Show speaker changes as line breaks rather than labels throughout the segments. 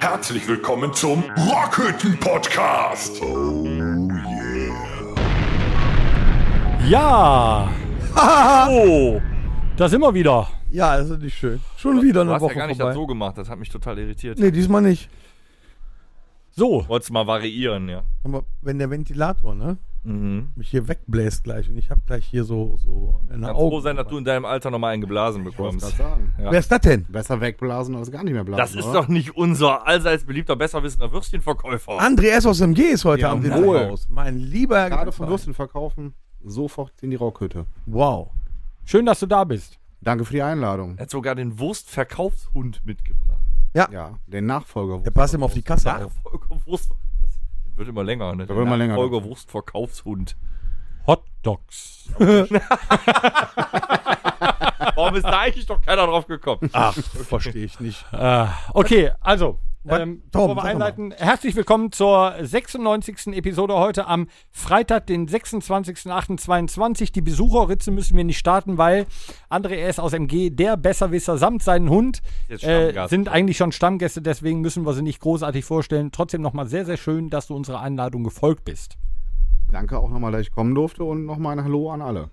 Herzlich willkommen zum Rockhütten Podcast. Oh yeah.
Ja! oh! Da sind wir wieder.
Ja, das ist nicht schön. Schon wieder
Du
eine
hast
Woche
ja gar nicht
vorbei.
das so gemacht, das hat mich total irritiert.
nee, diesmal nicht.
So,
Wolltest mal variieren, ja.
Aber wenn der Ventilator, ne,
Mhm.
mich hier wegbläst gleich und ich hab gleich hier so so eine
Kannst froh
Augen.
sein, dass du in deinem Alter nochmal einen geblasen
Wollt's grad
bekommst.
sagen. ne?
Ja.
Wer ist das denn?
Besser wegblasen als gar nicht mehr blasen.
Das ist
oder?
doch nicht unser allseits beliebter, besserwissender Würstchenverkäufer.
André S. aus MG ist heute
Ja,
Abend in
wohl.
Haus. Mein lieber Herr
gerade von
Gesangsverein.
Würsten verkaufen, sofort in die Rockhütte.
Wow.
schön, dass du da bist.
Danke für die Einladung.
Er hat sogar den Wurstverkaufshund mitgebracht.
Ja, den Nachfolger.
Der passt ihm auf die Kasse auf.
Nachfolger Wurst. Das wird immer länger, ne? Der
wird immer länger.
Nachfolger Wurstverkaufshund.
Hot Dogs.
Warum ist da eigentlich doch keiner drauf gekommen?
Ach, verstehe ich nicht.
Äh, okay, also,
Was-
ähm,
Tom,
bevor wir
sag doch mal.
einleiten, herzlich willkommen zur 96. Episode heute am Freitag, den 26.08.22. Die Besucherritze müssen wir nicht starten, weil André S. aus MG, der Besserwisser samt seinen Hund,
Jetzt
äh,
Stammgast.
sind eigentlich schon Stammgäste, deswegen müssen wir sie nicht großartig vorstellen. Trotzdem nochmal sehr, sehr schön, dass du unserer Einladung gefolgt bist.
Danke auch nochmal, dass ich kommen durfte und nochmal ein Hallo an alle.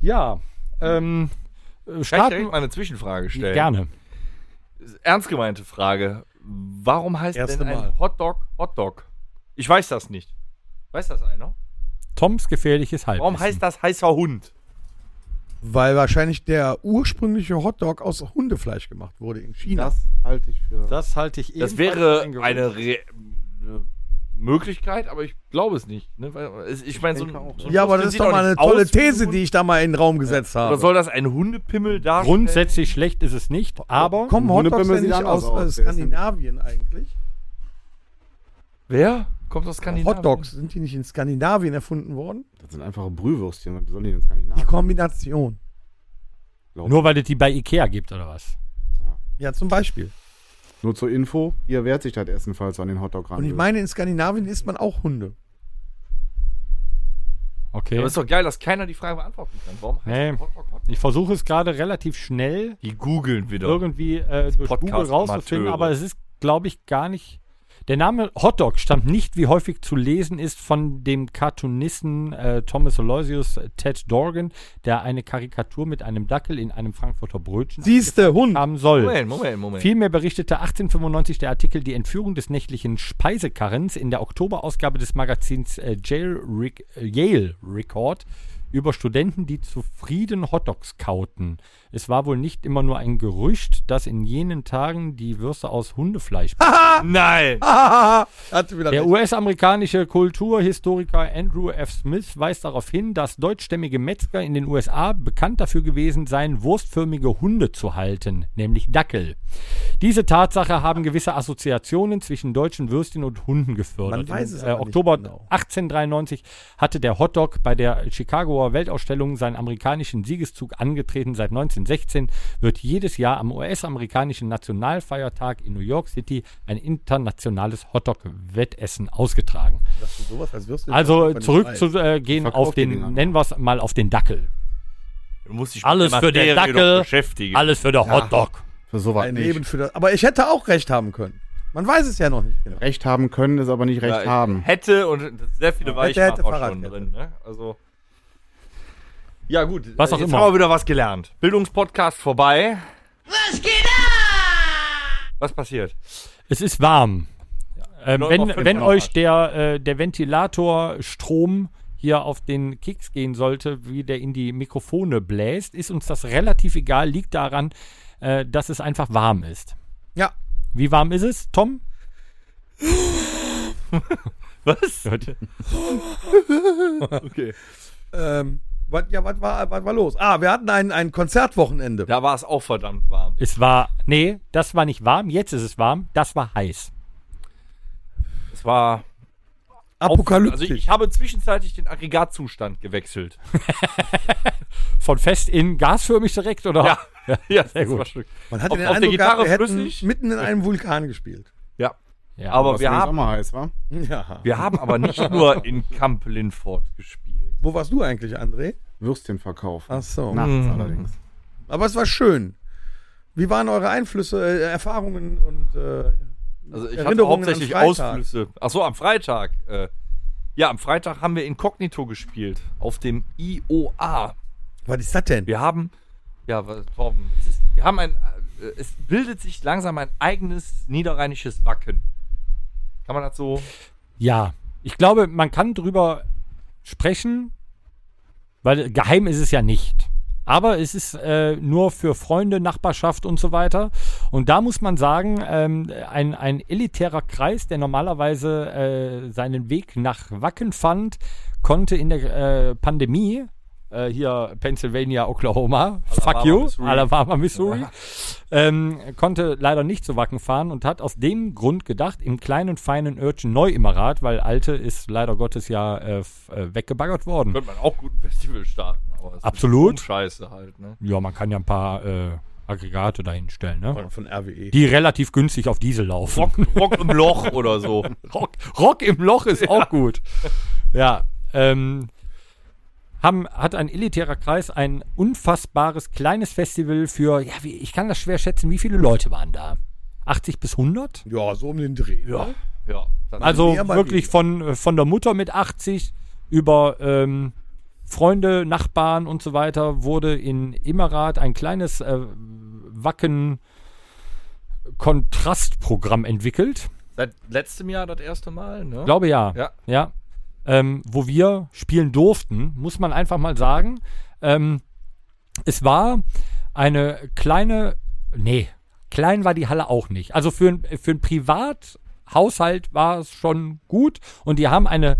Ja, ähm, äh,
Kann ich direkt
starten
mal eine Zwischenfrage stellen?
Hm, gerne.
Ernst gemeinte Frage. Warum heißt
Erste
denn ein
Mal.
Hotdog Hotdog? Ich weiß das nicht. Weiß das einer?
Toms gefährliches Halbwissen.
Warum heißt das heißer Hund?
Weil wahrscheinlich der ursprüngliche Hotdog aus Hundefleisch gemacht wurde in China.
Das halte ich für.
das halte ich
Das
ebenfalls
wäre
für
eine Re eine Möglichkeit, aber ich glaube es nicht. Ne? Weil es- Ich meine, so ein,
denke auch,
so ein
ja, aber das
Würstchen
ist
sieht
doch mal eine
nicht
tolle
aus wie ein
These,
Hund.
die ich da mal in den Raum gesetzt habe.
Oder soll das ein Hundepimmel darstellen?
Grundsätzlich schlecht ist es nicht, aber
Kommen Hotdogs
Hundepimmel
denn nicht
sieht
aus,
anders aus. Der
äh,
ist nämlich-
Skandinavien eigentlich?
Wer? Kommt aus Skandinavien?
Hotdogs, sind die nicht in Skandinavien erfunden worden?
Das sind einfache Brühwürstchen. Was sollen die denn Skandinavien?
Die Kombination.
nur weil es die bei Ikea gibt oder was?
Ja, zum Beispiel.
Nur zur Info, hier wehrt sich das Essen, falls du an den Hotdog ran
Und ich
willst.
meine, in Skandinavien isst man auch Hunde.
Okay.
Aber ist doch geil, dass keiner die Frage beantworten kann. Warum heißt
Nee.
ein Hotdog Hotdog?
Ich versuche es gerade relativ schnell
Die googeln wieder.
irgendwie äh, durch Google
Podcast-Amateure.
rauszufinden, aber es ist, glaube ich, gar nicht. Der Name Hotdog stammt nicht, wie häufig zu lesen ist, von dem Cartoonisten äh, Thomas Aloysius äh, Ted Dorgan, der eine Karikatur mit einem Dackel in einem Frankfurter Brötchen
Siehste, Hund.
haben soll.
Moment, Moment, Moment.
Vielmehr berichtete 1895 der Artikel Die Entführung des nächtlichen Speisekarrens in der Oktoberausgabe des Magazins äh, Jail Rec äh, Yale Record über Studenten, die zufrieden Hotdogs kauten. Es war wohl nicht immer nur ein Gerücht, dass in jenen Tagen die Würste aus Hundefleisch.
Nein!
Ah.
Hatte wieder
Der
uh.
recht.
US-amerikanische Kulturhistoriker Andrew F. Smith weist darauf hin, dass deutschstämmige Metzger in den USA bekannt dafür gewesen seien, wurstförmige Hunde zu halten, nämlich Dackel. Diese Tatsache haben gewisse Assoziationen zwischen deutschen Würstchen und Hunden gefördert.
Man weiß es
Im äh,
aber nicht
Oktober
genau.
1893 hatte der Hotdog bei der Chicagoer Weltausstellung seinen amerikanischen Siegeszug angetreten. Seit 1916 wird jedes Jahr am US-amerikanischen Nationalfeiertag in New York City ein internationales Hotdog-Wettessen ausgetragen.
Dass du sowas als Würstchen
Also
einfach nicht weißt.
zurückzugehen äh, gehen
Verkauft
auf
die
den,
Dinger noch.
nennen wir es mal auf den Dackel.
Du musst dich mit
Alles
der
für den
Materie doch
Dackel.
beschäftigen.
Alles für den Hotdog.
Für sowas
Ein
nicht.
Leben für das. Aber ich hätte auch recht haben können. Man weiß es ja noch nicht genau.
Recht haben können, ist aber nicht recht
Ja, ich
haben.
Hätte und sehr
Hätte,
viele
hätte,
Weichmacher schon
Fahrradkette.
drin. Ne? Also ja gut,
Was
äh,
auch
jetzt
immer.
haben wir wieder was gelernt. Bildungspodcast vorbei. Was geht ab? Was passiert?
Es ist warm. Ähm,
Läuft
wenn
auf
wenn
Fünfer.
euch der, äh, der Ventilatorstrom hier auf den Keks gehen sollte, wie der in die Mikrofone bläst, ist uns das relativ egal. Liegt daran, äh, dass es einfach warm ist.
Ja.
Wie warm ist es, Tom?
Was?
Ähm, was, ja, was war, was war los? Ah, wir hatten ein, ein Konzertwochenende.
Da war es auch verdammt warm.
Es war, nee, das war nicht warm. Jetzt ist es warm. Das war heiß.
Es war
Apokalyptisch.
also ich, ich habe zwischenzeitlich den Aggregatzustand gewechselt.
Von fest in gasförmig direkt, oder?
ja, sehr
Ah. gut.
gut.
Man hat
auf-
den
auf der
Eindruck gehabt,
Gitarre
wir hätten
flüssig?
mitten in einem Vulkan gespielt.
Ja.
Ja,
Aber
Was
wir
übrigens auch
haben,
mal heiß, war?
Ja.
wir haben aber nicht nur in Kamp Linford gespielt.
Wo warst du eigentlich, André?
Würstchen verkaufen.
Ach so.
Nachts
Mhm.
allerdings.
Aber es war schön. Wie waren eure Einflüsse, äh, Erfahrungen und äh,
Also ich hatte
Erinnerungen
hauptsächlich
an Freitag.
Ausflüsse. Achso, am Freitag. Äh, ja, am Freitag haben wir Inkognito gespielt. Auf dem IOA.
Was ist das denn?
Wir haben. Ja, was- Torben. Es ist, wir haben ein. äh, Es bildet sich langsam ein eigenes niederrheinisches Wacken. Kann man das so.
Ja, ich glaube, man kann drüber sprechen, weil geheim ist es ja nicht. Aber es ist äh, nur für Freunde, Nachbarschaft und so weiter. Und da muss man sagen, ähm, ein, ein elitärer Kreis, der normalerweise äh, seinen Weg nach Wacken fand, konnte in der äh, Pandemie, äh, hier Pennsylvania, Oklahoma, fuck you,
Missouri.
Alabama, Missouri, ähm, konnte leider nicht zu Wacken fahren und hat aus dem Grund gedacht, im kleinen, feinen Örtchen Neu-Immerat, weil Alte ist leider Gottes ja äh, f- äh, weggebaggert worden.
Könnte man auch gut ein Festival starten. Aber es
Absolut.
Ist scheiße halt, ne?
Ja, man kann ja ein paar äh, Aggregate dahinstellen, ne?
Von E. RWE.
Die relativ günstig auf Diesel laufen.
Rock, Rock im Loch oder so.
Rock, Rock im Loch ist auch gut. Ja, ähm, haben, hat ein elitärer Kreis ein unfassbares kleines Festival für, ja, wie, ich kann das schwer schätzen, wie viele Leute waren da? 80 bis 100?
ja, so um den Dreh. ne?
Ja. das-
Also
Mehr mal
wirklich von,
weniger.
äh, von der Mutter mit 80 über ähm, Freunde, Nachbarn und so weiter wurde in Immerath ein kleines äh, Wacken-Kontrastprogramm entwickelt.
Seit letztem Jahr das erste Mal, ne?
Glaube ja.
Ja.
ja. Ähm, wo wir spielen durften, muss man einfach mal sagen. Ähm, es war eine kleine, nee, klein war die Halle auch nicht. Also für, ein- für einen Privathaushalt war es schon gut und die haben eine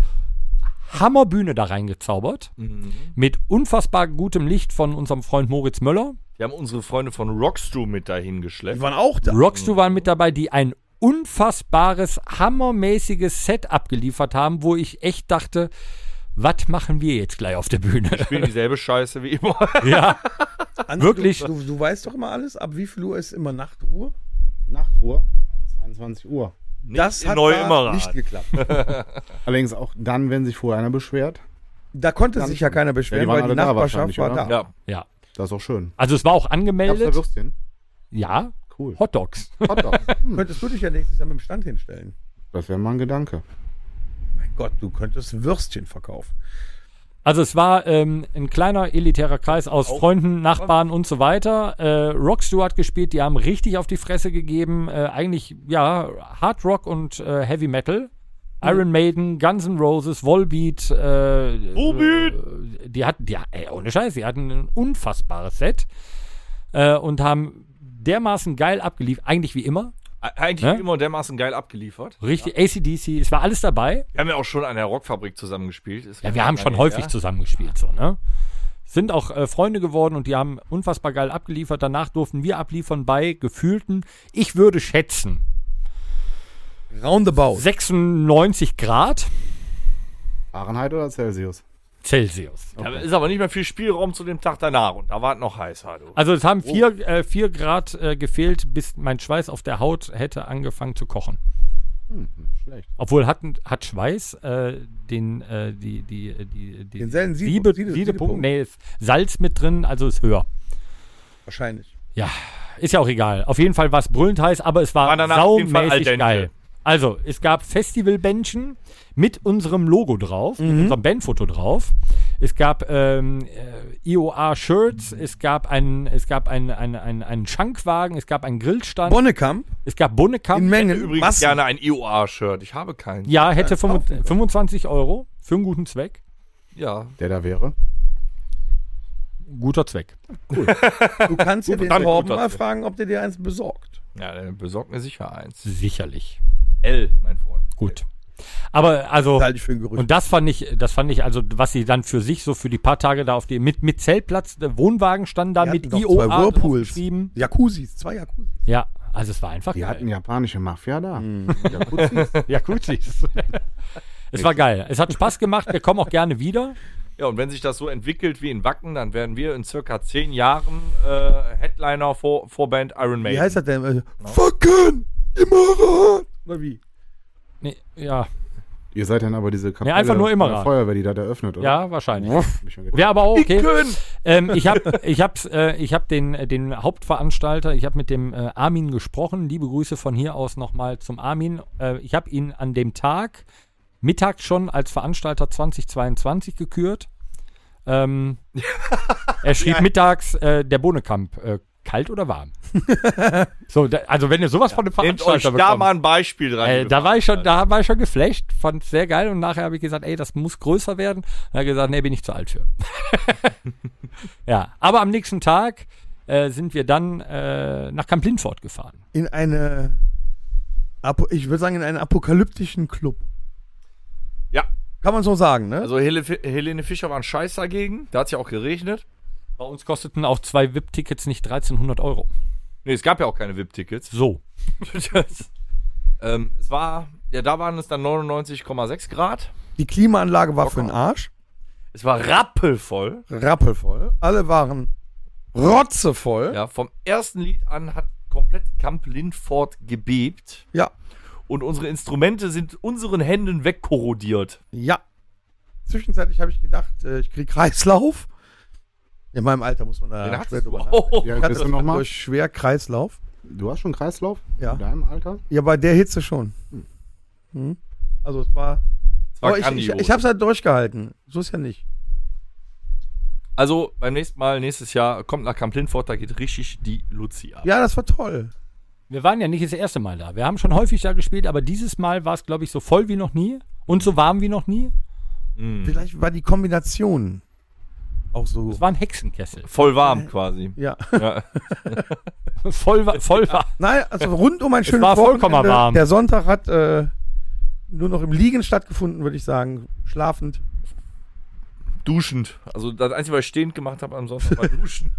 Hammerbühne da reingezaubert
Mhm.
mit unfassbar gutem Licht von unserem Freund Moritz Möller.
Die haben unsere Freunde von Rockstu mit dahin geschleppt.
Die waren auch da.
Rockstu waren mit dabei, die ein unfassbares, hammermäßiges Set abgeliefert haben, wo ich echt dachte, was machen wir jetzt gleich auf der Bühne?
spielen dieselbe Scheiße wie immer.
ja,
Hans,
wirklich.
Du, du, du weißt doch immer alles, ab wie viel Uhr ist immer Nachtruhe?
Nachtruhr, 22 Uhr.
das
in
hat
Neu
da
Immerat.
nicht geklappt.
Allerdings auch dann, wenn sich vorher einer beschwert.
Da konnte sich ja keiner
Ja,
beschweren,
die waren
weil die
alle da
Nachbarschaft
wahrscheinlich,
war
oder?
da.
Ja.
ja.
Das ist auch schön.
Also es war auch
Gab's da
angemeldet.
Würstchen?
Ja,
Cool.
Hot Dogs.
Hotdog. Hm.
Könntest du dich ja nächstes Jahr mit dem Stand hinstellen.
Das wäre mal ein Gedanke.
Mein Gott, du könntest Würstchen verkaufen.
Also es war ähm, ein kleiner elitärer Kreis aus Freunden, Nachbarn und so weiter. Äh, Rockstu hat gespielt, die haben richtig auf die Fresse gegeben. Äh, eigentlich, ja, Hard Rock und äh, Heavy Metal. Iron Maiden, Guns N' Roses, Volbeat. Äh, Volbeat! Äh, die hatten, ja, ey, ohne Scheiß, die hatten ein unfassbares Set. Äh, und haben dermaßen geil abgeliefert, eigentlich wie immer.
Eigentlich
Ne?
wie immer dermaßen geil abgeliefert.
Richtig, ACDC, es war alles dabei.
Wir haben ja auch schon an der Rockfabrik zusammengespielt. Ist
Ja,
gar
wir haben
nicht
schon
lange
häufig
her.
zusammengespielt, so, ne? Sind auch äh, Freunde geworden und die haben unfassbar geil abgeliefert. Danach durften wir abliefern bei gefühlten, ich würde schätzen,
Roundabout.
96 Grad
Fahrenheit oder Celsius?
Celsius.
Da ist aber nicht mehr viel Spielraum zu dem Tag danach und da war es noch heißer. Du.
Also es haben vier, äh, vier Grad äh, gefehlt, bis mein Schweiß auf der Haut hätte angefangen zu kochen.
Schlecht.
Obwohl hat, hat Schweiß äh, den, äh, die, die, die, die,
Den selben Siede-
Siebe,
Siede-
Siedepunkt,
Siedepunkt.
nee, ist Salz mit drin, also ist höher.
Wahrscheinlich.
Ja, ist ja auch egal. Auf jeden Fall war es brüllend heiß, aber es war,
War danach auf jeden Fall al
saumäßig
dente.
geil. Also, es gab Festivalbändchen mit unserem Logo drauf,
Mhm.
mit unserem Bandfoto drauf. Es gab ähm, äh, IOA-Shirts, es gab einen, es gab einen, einen, einen, einen Schankwagen, es gab einen Grillstand,
Bonnekamp
es gab
in
Bonnekamp.
Mengen.
Übrigens
Massen.
gerne ein IOA-Shirt. Ich habe keinen.
Ja, hätte 25 25 Euro für einen guten Zweck.
Ja.
Der da wäre?
Guter Zweck.
Du kannst ja den
Verdammt
Torben
gut,
mal
das-
fragen, ob der dir eins besorgt.
Ja, dann besorgt mir sicher eins.
Sicherlich.
L, mein Freund.
Gut. Aber also.
Oh.
Das halte ich für ein Gerücht.
Und das fand ich, das fand ich, also was sie dann für sich so für die paar Tage da auf die mit mit Zeltplatz, der Wohnwagen stand da
Die hatten
mit
doch
IOA
zwei Whirlpools.
geschrieben.
Jacuzzis, zwei Jacuzzis.
Ja, also es war einfach
Die hatten
geil. Mhm.
japanische Mafia da. Ja, Putzis.
Ja, gut siehst Es war geil. Es hat Spaß gemacht. Wir kommen auch gerne wieder.
Ja, und wenn sich das so entwickelt wie in Wacken, dann werden wir in circa zehn Jahren äh, Headliner vor, vor Band Iron Maiden.
Wie heißt das Genau. denn? Äh, Fucken! Immer ran! Oder wie?
Nee, ja.
Ihr seid dann aber diese Kapelle
einfach nur
von
Immerer.
der Feuerwehr, die da da eröffnet, oder?
Ja, wahrscheinlich.
Hab ich mir gedacht.
Wäre aber auch okay.
Icken!
Ähm, ich habe ich hab's, äh, ich hab den, äh, den Hauptveranstalter, ich habe mit dem äh, Armin gesprochen. Liebe Grüße von hier aus nochmal zum Armin. Äh, ich habe ihn an dem Tag, mittags schon als Veranstalter 2022 gekürt. Ähm, er schrieb mittags äh, der Bohnekamp. Äh, Kalt oder warm? so, da, also wenn ihr sowas von einem
Nehmt
Veranstalter
euch da mal ein Beispiel dran.
Äh,
liebe
da war ich schon, da war ich schon geflasht, fand sehr geil und nachher habe ich gesagt, ey, das muss größer werden. Und er hat gesagt, nee, bin ich zu alt für. ja, aber am nächsten Tag äh, sind wir dann äh, nach Kamp Lindfort gefahren.
In eine, Apo ich würde sagen, in einen apokalyptischen Club.
Ja.
Kann man so sagen, ne?
Also Hele, Helene Fischer war ein Scheiß dagegen. Da hat es ja auch geregnet.
Bei uns kosteten auch zwei VIP-Tickets nicht 1300 Euro.
Nee, es gab ja auch keine VIP-Tickets.
So.
Das- ähm, es war, ja, da waren es dann 99,6 Grad.
die Klimaanlage war für den Arsch.
Es war rappelvoll.
Rappelvoll. Alle waren rotzevoll.
Ja, vom ersten Lied an hat komplett Camp Lindfort gebebt.
Ja.
Und unsere Instrumente sind unseren Händen wegkorrodiert.
Ja. Zwischenzeitlich habe ich gedacht, äh, ich kriege Kreislauf. In meinem Alter muss man
Den
da
hat's-
schwer drüber nachdenken.
Oh.
Ja,
Ich hatte
bist du
das
noch mal?
durch schwer Kreislauf.
Du hast schon Kreislauf?
Ja.
In deinem Alter?
Ja, bei der Hitze schon. Hm. Also es war.
Es war
aber ich ich,
grandios.
ich habe es halt durchgehalten. So ist ja nicht.
also beim nächsten Mal, nächstes Jahr, kommt nach Camp Lindfort, da geht richtig die Luzi ab.
Ja, das war toll.
Wir waren ja nicht das erste Mal da. Wir haben schon häufig da gespielt, aber dieses Mal war es, glaube ich, so voll wie noch nie und so warm wie noch nie.
Vielleicht war die Kombination auch so.
Es war ein Hexenkessel.
Voll
Äh.
warm quasi.
Ja.
Ja.
voll, wa- voll warm.
Nein, also rund um ein schönes
war vollkommen
Wochenende.
warm.
Der Sonntag hat äh, nur noch im Liegen stattgefunden, würde ich sagen. Schlafend.
Duschend. Also das Einzige, was ich stehend gemacht habe am Sonntag, war duschen.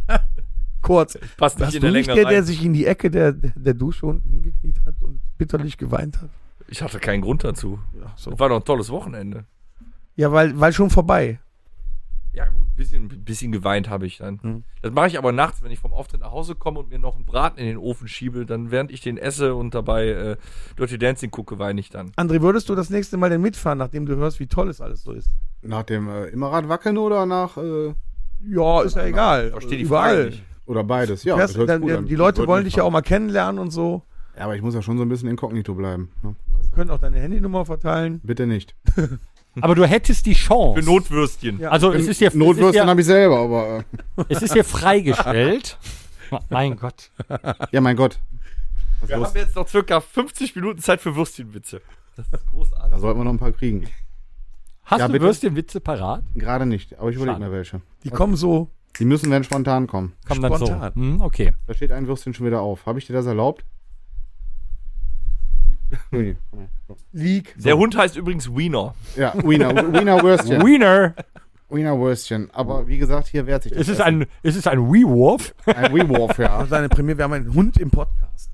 Kurz.
Passt nicht
Warst
in
du
der
nicht
Länge
der, der
rein.
sich in die Ecke der, der der Dusche unten hingekniet hat und bitterlich geweint hat?
Ich hatte keinen Grund dazu.
Ja,
Das war doch ein tolles Wochenende.
ja weil, weil schon vorbei.
Ja, gut, ein bisschen, ein bisschen geweint habe ich dann.
Hm.
Das mache ich aber nachts, wenn ich vom Auftritt nach Hause komme und mir noch einen Braten in den Ofen schiebe, dann während ich den esse und dabei äh, Dirty Dancing gucke, weine ich dann.
André, würdest du das nächste Mal denn mitfahren, nachdem du hörst, wie toll es alles so ist?
Nach dem äh, Immerrad wackeln oder nach äh,
Ja, ist ja egal.
Genau. Verstehe die
Überall.
Frage nicht.
oder beides? Ja,
Fährst,
das hört
dann,
gut an.
die Leute
Ich würd
wollen
nicht
dich ja auch
fahren.
mal kennenlernen und so.
Ja, aber ich muss ja schon so ein bisschen inkognito bleiben. ne?
Können auch deine Handynummer verteilen.
Bitte nicht.
Aber du hättest die Chance.
Für Notwürstchen.
Ja.
Also es ist dir, es ist
Notwürstchen
dir,
habe ich selber, aber
es ist dir freigestellt. mein Gott.
äh, ja, mein Gott,
Wir haben jetzt noch circa 50 Minuten Zeit für Würstchenwitze. Das ist großartig.
da sollten wir noch ein paar kriegen.
Hast
Ja,
du
bitte.
Würstchenwitze parat?
Gerade nicht, aber ich überlege
Schade.
mir welche.
Die kommen so.
Die müssen dann spontan kommen.
Komm dann
Spontan.
so. Hm, okay.
Da steht ein Würstchen schon wieder auf. Habe ich dir das erlaubt? Nee.
Leak.
Der Hund heißt übrigens Wiener.
Ja, Wiener, Wiener Würstchen.
Wiener.
Wiener Würstchen. Aber wie gesagt, hier wehrt sich das
Ist es
Essen.
ein, ist es ein Rewurf?
ein Rewarf, ja.
Seine Premiere, wir haben einen Hund im Podcast.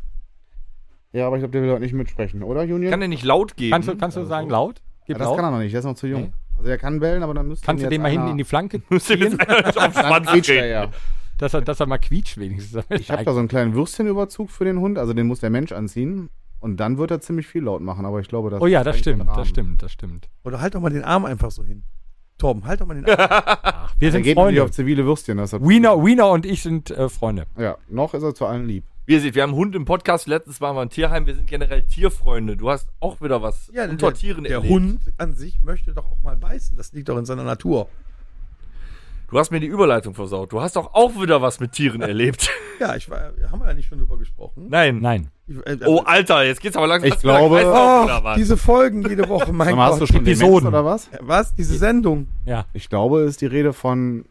Ja, aber ich glaube, der will heute nicht mitsprechen, oder, Junior?
Kann der nicht laut gehen?
Kannst du, kannst du sagen laut? Gib
ja, das
laut.
kann er noch nicht, der ist noch zu jung. Also der kann bellen, aber dann müsste
kannst du den mal hinten in die Flanke,
Müsste jetzt einer nicht auf den Schwanz
Flanke
treten.
ja.
dass er, dass er mal quietscht wenigstens.
Ich habe da so einen kleinen Würstchenüberzug für den Hund, also den muss der Mensch anziehen. Und dann wird er ziemlich viel laut machen, aber ich glaube, das
oh ja, das
sprengt den
stimmt,
Rahmen.
das stimmt, das stimmt.
Oder halt doch mal den Arm einfach so hin. Torben, halt doch mal den Arm.
Wir
Dann
sind
geht man nicht
Freunde.
auf zivile Würstchen. Das hat,
Wiener, Wiener und ich sind äh, Freunde.
ja, noch ist er zu allen lieb.
Wie ihr seht, wir haben einen Hund im Podcast. Letztens waren wir im Tierheim. Wir sind generell Tierfreunde. Du hast auch wieder was unter Tieren
der
erlebt.
Hund an sich möchte doch auch mal beißen. Das liegt doch in seiner Natur.
Du hast mir die Überleitung versaut. Du hast doch auch wieder was mit Tieren erlebt.
Ja, ich war, haben wir da nicht schon drüber gesprochen?
Nein.
Nein.
Ich, äh,
Oh, ah, Alter, jetzt geht's aber langsam.
Ich
Hast du wieder
glaube-
Kreislauf oder
Ach,
was?
diese Folgen jede Woche, mein
Sag mal,
Gott. Äh,
hast du schon Demenz
Episoden.
oder was?
Was? Diese Sendung?
Ja.
Ich glaube, es ist die Rede von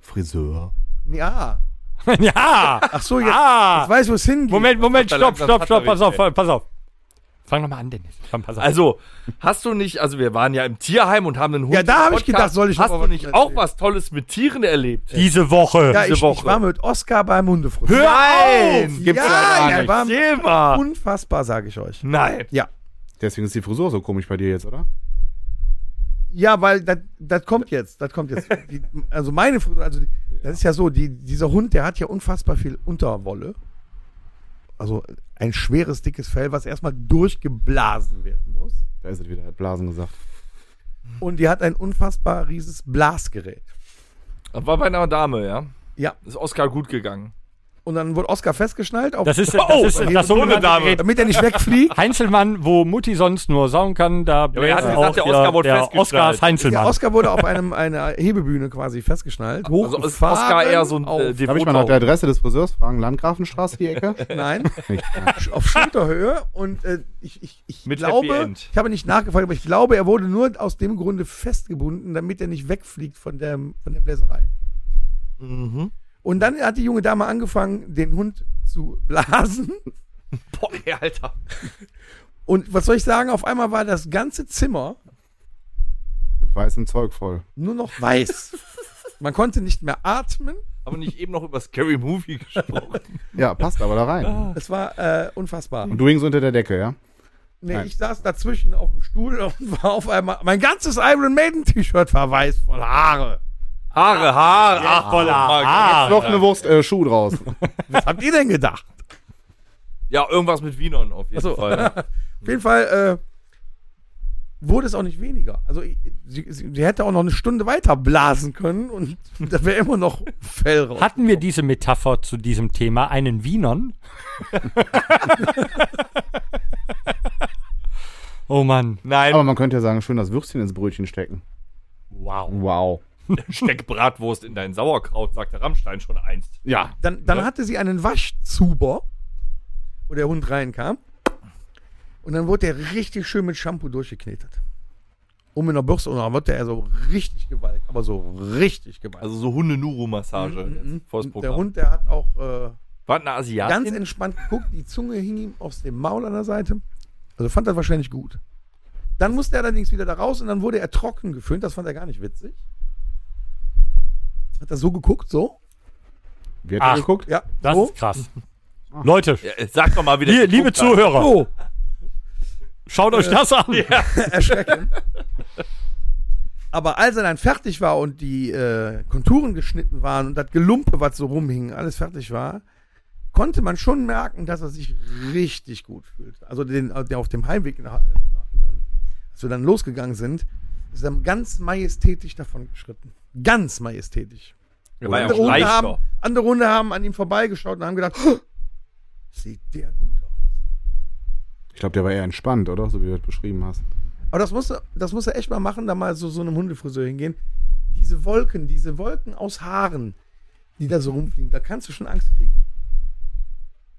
Friseur.
Ja.
ja.
Ach so, jetzt, jetzt
Ah.
weiß ich, wo es hingeht.
Moment, Moment,
Langsam
stopp, stopp,
hat
stopp,
er
pass
mich,
auf,
ey.
pass auf. Fang nochmal an, Dennis. Komm, pass auf.
Also, hast du nicht, also wir waren ja im Tierheim und haben einen Hund.
Ja, da hab
im
ich gedacht, soll ich noch
Hast
mal
du
was
nicht
erzählen?
auch was Tolles mit Tieren erlebt?
diese Woche.
ja,
diese
ich, ich
Woche.
war mit Oscar beim Hundefrust.
Hör
Nein,
auf!
Gibt's ja
ja,
gar
ja,
nicht.
war
Erzähl mal.
unfassbar, sage ich euch.
Nein.
Ja.
Deswegen ist die Frisur so komisch bei dir jetzt, oder?
Ja, weil das- das kommt jetzt, das kommt jetzt. Die, also meine, Fr- also die, das ist ja so, die, dieser Hund, der hat ja unfassbar viel Unterwolle. also ein schweres, dickes Fell, was erstmal durchgeblasen werden muss.
Da ist es wieder, hat Blasen gesagt.
Und die hat ein unfassbar rieses Blasgerät.
Das war bei einer Dame, ja.
Ja.
Ist Oscar gut gegangen.
Und dann wurde Oscar festgeschnallt, auf,
Das ist das, ist, das, das sogenannte Gerät
damit er nicht wegfliegt.
Heinzelmann, wo Mutti sonst nur sauen kann, da
aber er hat
bläst
gesagt, der Oscar wurde
der
festgeschnallt.
Oscar ist
Der
Heinzelmann.
Oscar wurde auf einem, einer Hebebühne quasi festgeschnallt.
Also ist Oscar eher so ein äh,
Darf ich mal nach der Adresse des Friseurs fragen? Landgrafenstraße, die Ecke?
Nein,
Nicht.
auf Schulterhöhe. Und äh, ich, ich, ich
Mit Happy
glaube,
End.
ich habe nicht nachgefragt, aber ich glaube, er wurde nur aus dem Grunde festgebunden, damit er nicht wegfliegt von der, von der Bläserei.
Mhm.
Und dann hat die junge Dame angefangen, den Hund zu blasen.
Boah, ey, Alter.
Und was soll ich sagen? Auf einmal war das ganze Zimmer
Mit weißem Zeug voll.
nur noch weiß. Man konnte nicht mehr atmen.
Haben wir nicht eben noch über Scary Movie gesprochen?
Ja, passt aber da rein.
Es war äh, unfassbar.
Und du hingst unter der Decke, ja?
Nee,
Mhm. Nein.
ich saß dazwischen auf dem Stuhl und war auf einmal. Mein ganzes Iron Maiden T-Shirt war weiß voll Haare.
Haare, Haare, Ah, ach, voller
Ah,
Haare.
Noch eine Wurst, äh, Schuh draus.
Was habt ihr denn gedacht? Also,
Ja, irgendwas mit Wienern auf jeden Fall.
Auf jeden Fall äh, wurde es auch nicht weniger. Also ich- sie, sie, sie hätte auch noch eine Stunde weiter blasen können und da wäre immer noch Fell raus.
Hatten wir diese Metapher zu diesem Thema, einen Wienern? oh Mann.
Nein,
Aber man könnte ja sagen, schön das Würstchen ins Brötchen stecken.
Wow.
Wow.
steck Bratwurst in dein Sauerkraut, sagte Rammstein schon einst.
Ja.
Dann, dann hatte sie einen Waschzuber, wo der Hund reinkam. Und dann wurde der richtig schön mit Shampoo durchgeknetet. Und mit einer Bürste. Und dann wurde er so richtig gewalt. Aber so richtig gewalt.
Also so Hunde-Nuru-Massage.
Mhm.
jetzt Also, vors
Und der
Programm.
Hund, der hat auch äh,
War eine Asiatin?
ganz entspannt geguckt, die Zunge hing ihm aus dem Maul an der Seite. Also fand das wahrscheinlich gut. Dann musste er allerdings wieder da raus und dann wurde er trocken geföhnt. Das fand er gar nicht witzig. Hat er so geguckt, so?
Wird
Ach.
geguckt?
Ja,
Das
so.
ist krass. Leute,
Ja, äh, sag doch mal wieder.
li liebe Zuhörer,
so.
schaut euch das an.
erschrecken. Aber als er dann fertig war und die äh, Konturen geschnitten waren und das Gelumpe, was so rumhing, alles fertig war, konnte man schon merken, dass er sich richtig gut fühlt. Also den, äh, der auf dem Heimweg, nach, dann, als wir dann losgegangen sind, ist er ganz majestätisch davon geschritten. Ganz majestätisch.
Der war ja
andere,
auch
Hunde
leichter.
haben, andere Hunde haben an ihm vorbeigeschaut und haben gedacht, "Oh, sieht der gut aus.
Ich glaube, der war eher entspannt, oder? So wie du das beschrieben hast.
Aber das musst, du, das musst du echt mal machen, da mal so, so einem Hundefriseur hingehen. Diese Wolken, diese Wolken aus Haaren, die da so rumfliegen, da kannst du schon Angst kriegen.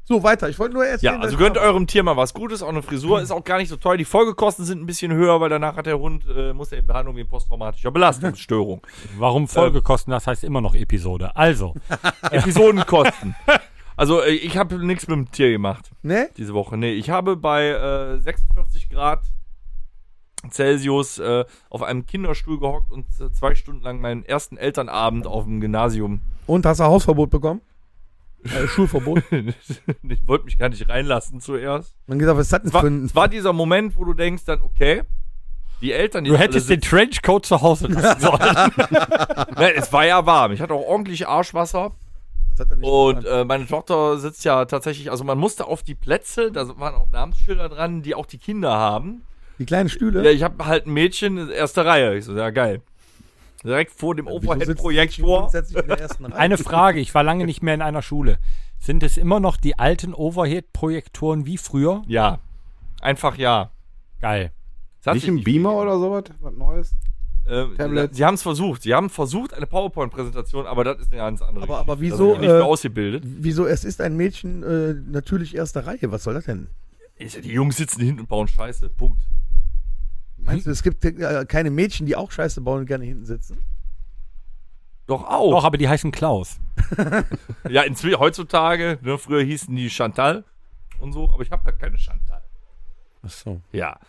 So, weiter. Ich wollte nur erzählen.
Ja,
dass-
also gönnt eurem Tier mal was Gutes, auch eine
Mhm.
Frisur ist auch gar nicht so teuer. Die Folgekosten sind ein bisschen höher, weil danach hat der Hund, äh, muss er in Behandlung wegen posttraumatischer Belastungsstörung.
Warum Folgekosten? Das heißt immer noch Episode. Also,
Episodenkosten. Also äh, ich habe nichts mit dem Tier gemacht
Ne?
diese Woche. Nee, ich habe bei äh, 46 Grad Celsius äh, auf einem Kinderstuhl gehockt und äh, zwei Stunden lang meinen ersten Elternabend auf dem Gymnasium.
Und hast du Hausverbot bekommen? Äh, Schulverbot.
ich wollte mich gar nicht reinlassen zuerst.
Man gesagt, was ist das denn
Es war,
für ein.
es war dieser Moment, wo du denkst dann, okay, die Eltern, die
du
alle
hättest den
sitzen-
Trenchcoat zu Hause lassen sollen.
Nein, es war ja warm. Ich hatte auch ordentlich Arschwasser.
Das hat er nicht
Und
verstanden.
äh, meine Tochter sitzt ja tatsächlich, also man musste auf die Plätze, da waren auch Namensschilder dran, die auch die Kinder haben.
die kleinen Stühle.
äh, Ja, ich habe halt ein Mädchen, erste Reihe. Ich so, ja geil. Direkt vor dem
Wieso sitzen die
Overhead-Projektor.
grundsätzlich in der ersten Reihe?
Eine Frage, ich war lange nicht mehr in einer Schule. Sind es immer noch die alten Overhead-Projektoren wie früher?
Ja, einfach ja.
Geil.
Es hat
Nicht
sich
im Beamer oder sowas? Was Neues?
äh,
Tablet.
Sie haben es versucht. Sie haben versucht, eine PowerPoint-Präsentation, aber das ist eine ganz andere
Aber, aber
Geschichte. Da sind
wieso,
die nicht mehr
äh,
ausgebildet.
wieso? Es ist ein Mädchen äh, natürlich erster Reihe. Was soll das denn?
Ich sag, Die Jungs sitzen hinten und bauen Scheiße. Punkt.
Meinst du, es gibt äh, keine Mädchen, die auch Scheiße bauen und gerne hinten sitzen?
Doch auch.
Doch, aber die heißen Klaus.
Ja, inzwischen heutzutage, ne, früher hießen die Chantal und so, aber ich habe halt keine Chantal.
Ach so.
Ja.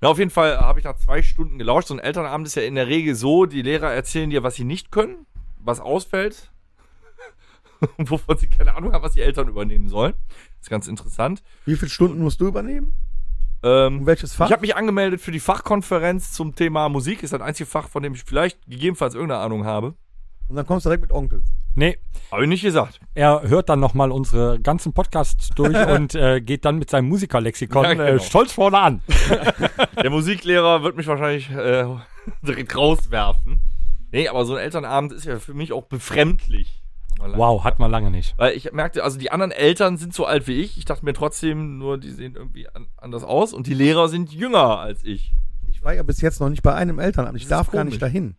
Na, auf jeden Fall habe ich nach zwei Stunden gelauscht. So ein Elternabend ist ja in der Regel so, die Lehrer erzählen dir, was sie nicht können, was ausfällt und wovon sie keine Ahnung haben, was die Eltern übernehmen sollen. Das ist ganz interessant.
Wie viele Stunden musst du übernehmen?
Ähm,
Und welches Fach?
Ich habe mich angemeldet für die Fachkonferenz zum Thema Musik. Ist das einzige Fach, von dem ich vielleicht gegebenenfalls irgendeine Ahnung habe.
und dann kommst du direkt mit Onkels.
Nee,
Habe ich nicht gesagt.
er hört dann nochmal unsere ganzen Podcasts durch und äh, geht dann mit seinem Musikerlexikon
Ja, genau.
äh, stolz vorne an.
Der Musiklehrer wird mich wahrscheinlich äh, direkt rauswerfen. Nee, aber so ein Elternabend ist ja für mich auch befremdlich.
Wow, hat man lange nicht.
Weil ich merkte, also die anderen Eltern sind so alt wie ich. Ich dachte mir trotzdem, nur die sehen irgendwie an, anders aus. Und die Lehrer sind jünger als ich.
Ich war ja bis jetzt noch nicht bei einem Elternamt. Ich
Das ist
darf gar
komisch.
nicht dahin.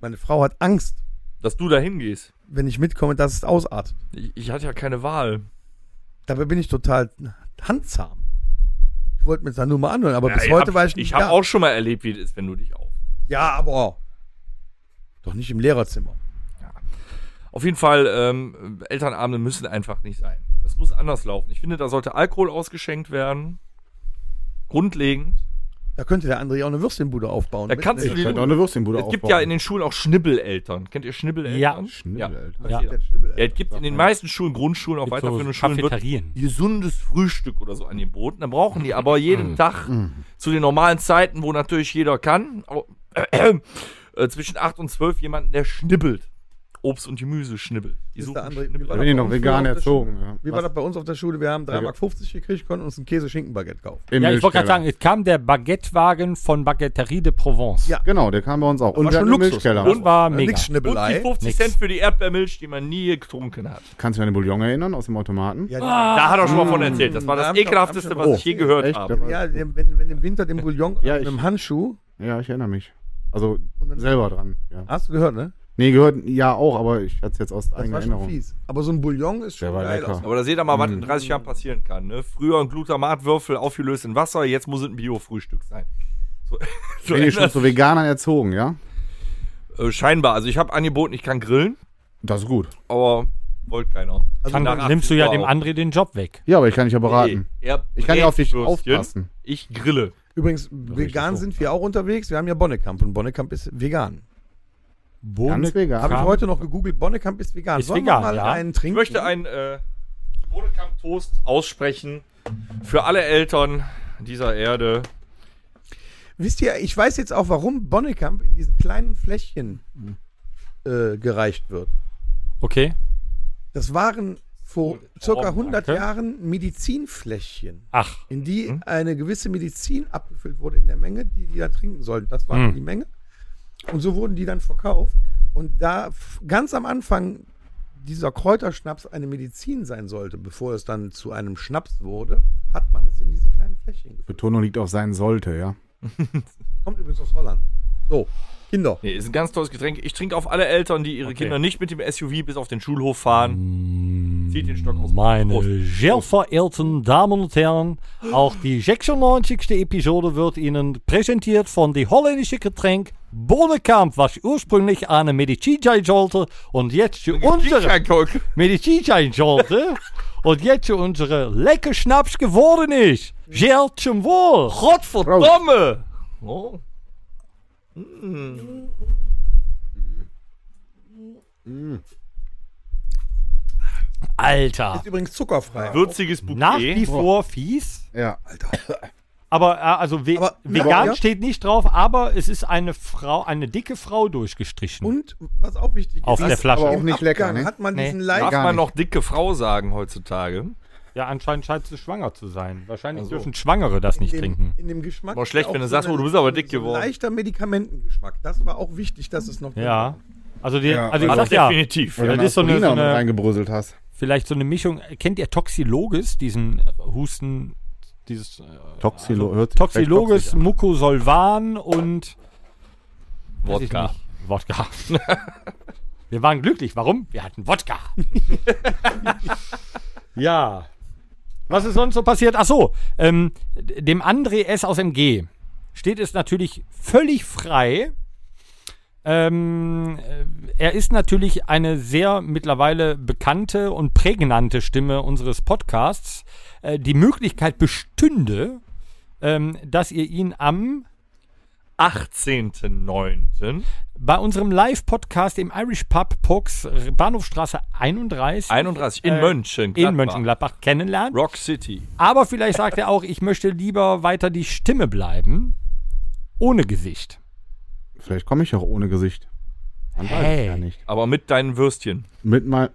Meine Frau hat Angst,
Dass du da hingehst.
wenn ich mitkomme, dass es ausartet.
Ich, ich hatte ja keine Wahl.
Dabei bin ich total handzahm. Ich wollte mir das dann nur mal anhören, aber
Ja,
bis
ich
heute
hab,
war ich
Ich
nicht
habe
da.
auch schon mal erlebt, wie es ist, wenn du dich auf.
ja, aber doch nicht im Lehrerzimmer.
Auf jeden Fall, ähm, Elternabende müssen einfach nicht sein. Das muss anders laufen. Ich finde, da sollte Alkohol ausgeschenkt werden. Grundlegend.
Da könnte der André auch eine Würstchenbude aufbauen.
Da
Mit-
kannst du
Ich
die-
könnte auch eine Würstchenbude
Es gibt
aufbauen.
ja in den Schulen auch Schnibbeleltern. Kennt ihr Schnibbeleltern?
Ja.
Schnibbeleltern.
Ja.
Ja.
Der Schimmel,
Ja, es gibt in den meisten Schulen, Grundschulen, auch
Gibt
weiterführende
so
Schulen, wird
Cafeterien.
gesundes Frühstück oder so an den Boten. Dann brauchen die aber
Mhm.
jeden Tag zu den normalen Zeiten, wo natürlich jeder kann, au- äh, zwischen 8 und 12 jemanden, der schnibbelt. Obst und Gemüse schnibbelt. Die
Ist
suchen
der André-
Schnibbel-
wie war
Da bin ich
bei
noch
uns
vegan
früher auf der
erzogen.
Schule?
ja.
Wie war das bei uns auf der Schule? Wir haben 3,50 Mark gekriegt, konnten uns ein Käse-Schinken-Baguette kaufen.
Im
Ja, ich wollte gerade
Milchkeller.
sagen, es kam der Baguettewagen von Baguetterie de Provence.
Ja.
Genau, der kam bei uns auch. Und
war schon
wir hatten einen
Luxus.
Milchkeller.
Und
Äh,
war mega.
Nix
Und die
Schnibbelei.
50
Nix.
Cent für die Erdbeermilch, die man nie getrunken hat.
Kannst du dich an den Bouillon erinnern aus dem Automaten?
Ja,
Ah.
Da hat er schon mal
Mhm.
von erzählt. Das war
Da
das
hab ich auch-
ekelhafteste,
hab ich
was
auch-
ich je gehört
Echt?
habe.
ja dem- wenn, wenn im Winter den Bouillon
Ja,
mit
ich-
einem Handschuh,
Ja, ich erinnere mich. Also
Und dann-
selber dran. Ja.
hast du gehört, ne?
Nee, gehört ja auch, aber ich hatte es jetzt aus
Das
eigener
war schon
Erinnerung.
fies. Aber so ein Bouillon ist schon
Der war
geil.
lecker.
aus-
Aber da seht ihr mal,
Mhm.
was in 30 Jahren passieren kann. Ne? Früher ein Glutamatwürfel aufgelöst in Wasser, jetzt muss es ein Bio-Frühstück sein. So, so
Bin ich schon
ändert-
zu Veganern erzogen, ja?
äh, scheinbar. Also ich habe angeboten, ich kann grillen,
Das ist gut.
aber wollte keiner.
Also
Dann
Nach
nimmst du
18
ja
Uhr
dem
auch.
André den Job weg.
Ja, aber ich kann dich ja beraten.
Nee, er
Ich kann ja auf dich
Bratwürstchen,
aufpassen.
Ich grille.
Übrigens, vegan sind wir auch unterwegs. Wir haben ja Bonnekamp und Bonnekamp ist vegan.
Ganz vegan.
Habe ich
Kam-
heute noch gegoogelt, Bonnekamp ist vegan.
Ist vegan,
wir mal
ja.
einen
Ich
trinken?
möchte einen äh, Bodekamp-Toast aussprechen für alle Eltern dieser Erde.
Wisst ihr, ich weiß jetzt auch, warum Bonnekamp in diesen kleinen Fläschchen äh, gereicht wird.
Okay.
Das waren vor circa 100
danke.
Jahren Medizinfläschchen.
Ach,
in die
Hm?
eine gewisse Medizin abgefüllt wurde in der Menge, die die da trinken sollten. Das war
Hm.
die Menge. Und so wurden die dann verkauft. Und da f- ganz am Anfang dieser Kräuterschnaps eine Medizin sein sollte, bevor es dann zu einem Schnaps wurde, hat man es in diese kleinen Fläschchen gefüllt.
Betonung liegt auf sein sollte, ja.
Kommt übrigens aus Holland. So, Kinder.
Nee, ist ein ganz tolles Getränk. Ich trinke auf alle Eltern, die ihre Kinder nicht mit dem SUV bis auf den Schulhof fahren.
Mm.
Zieht den Stock aus. Prost.
meine sehr verehrten Damen und Herren, auch die 96. Episode wird Ihnen präsentiert von die holländische Getränk Bodekamp, was ursprünglich eine Medizin sein sollte und jetzt zu unserer
Kicherkolk.
Medizin sein sollte und jetzt zu unserer lecker Schnaps geworden ist. Sehr zum Wohl. Gottverdammt.
Domme! Oh.
Alter.
Ist übrigens zuckerfrei.
Würziges Bouquet.
Nach wie vor fies.
Ja.
Aber äh, also we
Aber-
vegan
Ja.
steht nicht drauf, aber es ist eine Frau, eine dicke Frau durchgestrichen
Und was auch wichtig
auf der Flasche.
aber auch
im
nicht lecker,
Abgang
ne?
hat man
Nee.
diesen
Darf
leichten
gar
man
nicht.
noch dicke Frau sagen heutzutage?
Ja, anscheinend scheint sie schwanger zu sein. Wahrscheinlich
Ach so.
dürfen Schwangere das nicht
in dem-
trinken.
In dem Geschmack.
War schlecht,
auch
wenn du
so
sagst,
eine-
oh, du bist aber dick
so ein
geworden.
Leichter Medikamentengeschmack. Das war auch wichtig, dass es noch.
Ja. Also, die,
Ja,
also ich
also
sag ja,
definitiv.
Oder
das ist so eine-
Aspirina
so eine-
mit reingebröselt hast.
vielleicht so eine Mischung. Kennt ihr Toxilogis, diesen äh, Husten, dieses äh,
Toxilo hört sich vielleicht
Toxilogis,
toxisch
Mucosolvan und weiß ich
Wodka.
nicht. Wodka. Wir waren glücklich. Warum? Wir hatten Wodka. ja. Was ist sonst so passiert? Ach so, ähm, dem André S. aus MG steht es natürlich völlig frei. Ähm, äh, er ist natürlich eine sehr mittlerweile bekannte und prägnante Stimme unseres Podcasts. Äh, die Möglichkeit bestünde, ähm, dass ihr ihn am
18.09.
bei unserem Live-Podcast im Irish Pub Pox R- Bahnhofstraße 31
31 in
Äh,
München.
in Mönchengladbach kennenlernt.
Rock City.
Aber vielleicht sagt er auch, ich möchte lieber weiter die Stimme bleiben, ohne Gesicht.
an. Vielleicht komme ich auch ohne Gesicht. Man
Hey.
gar nicht.
Aber mit deinen Würstchen.
Mit mal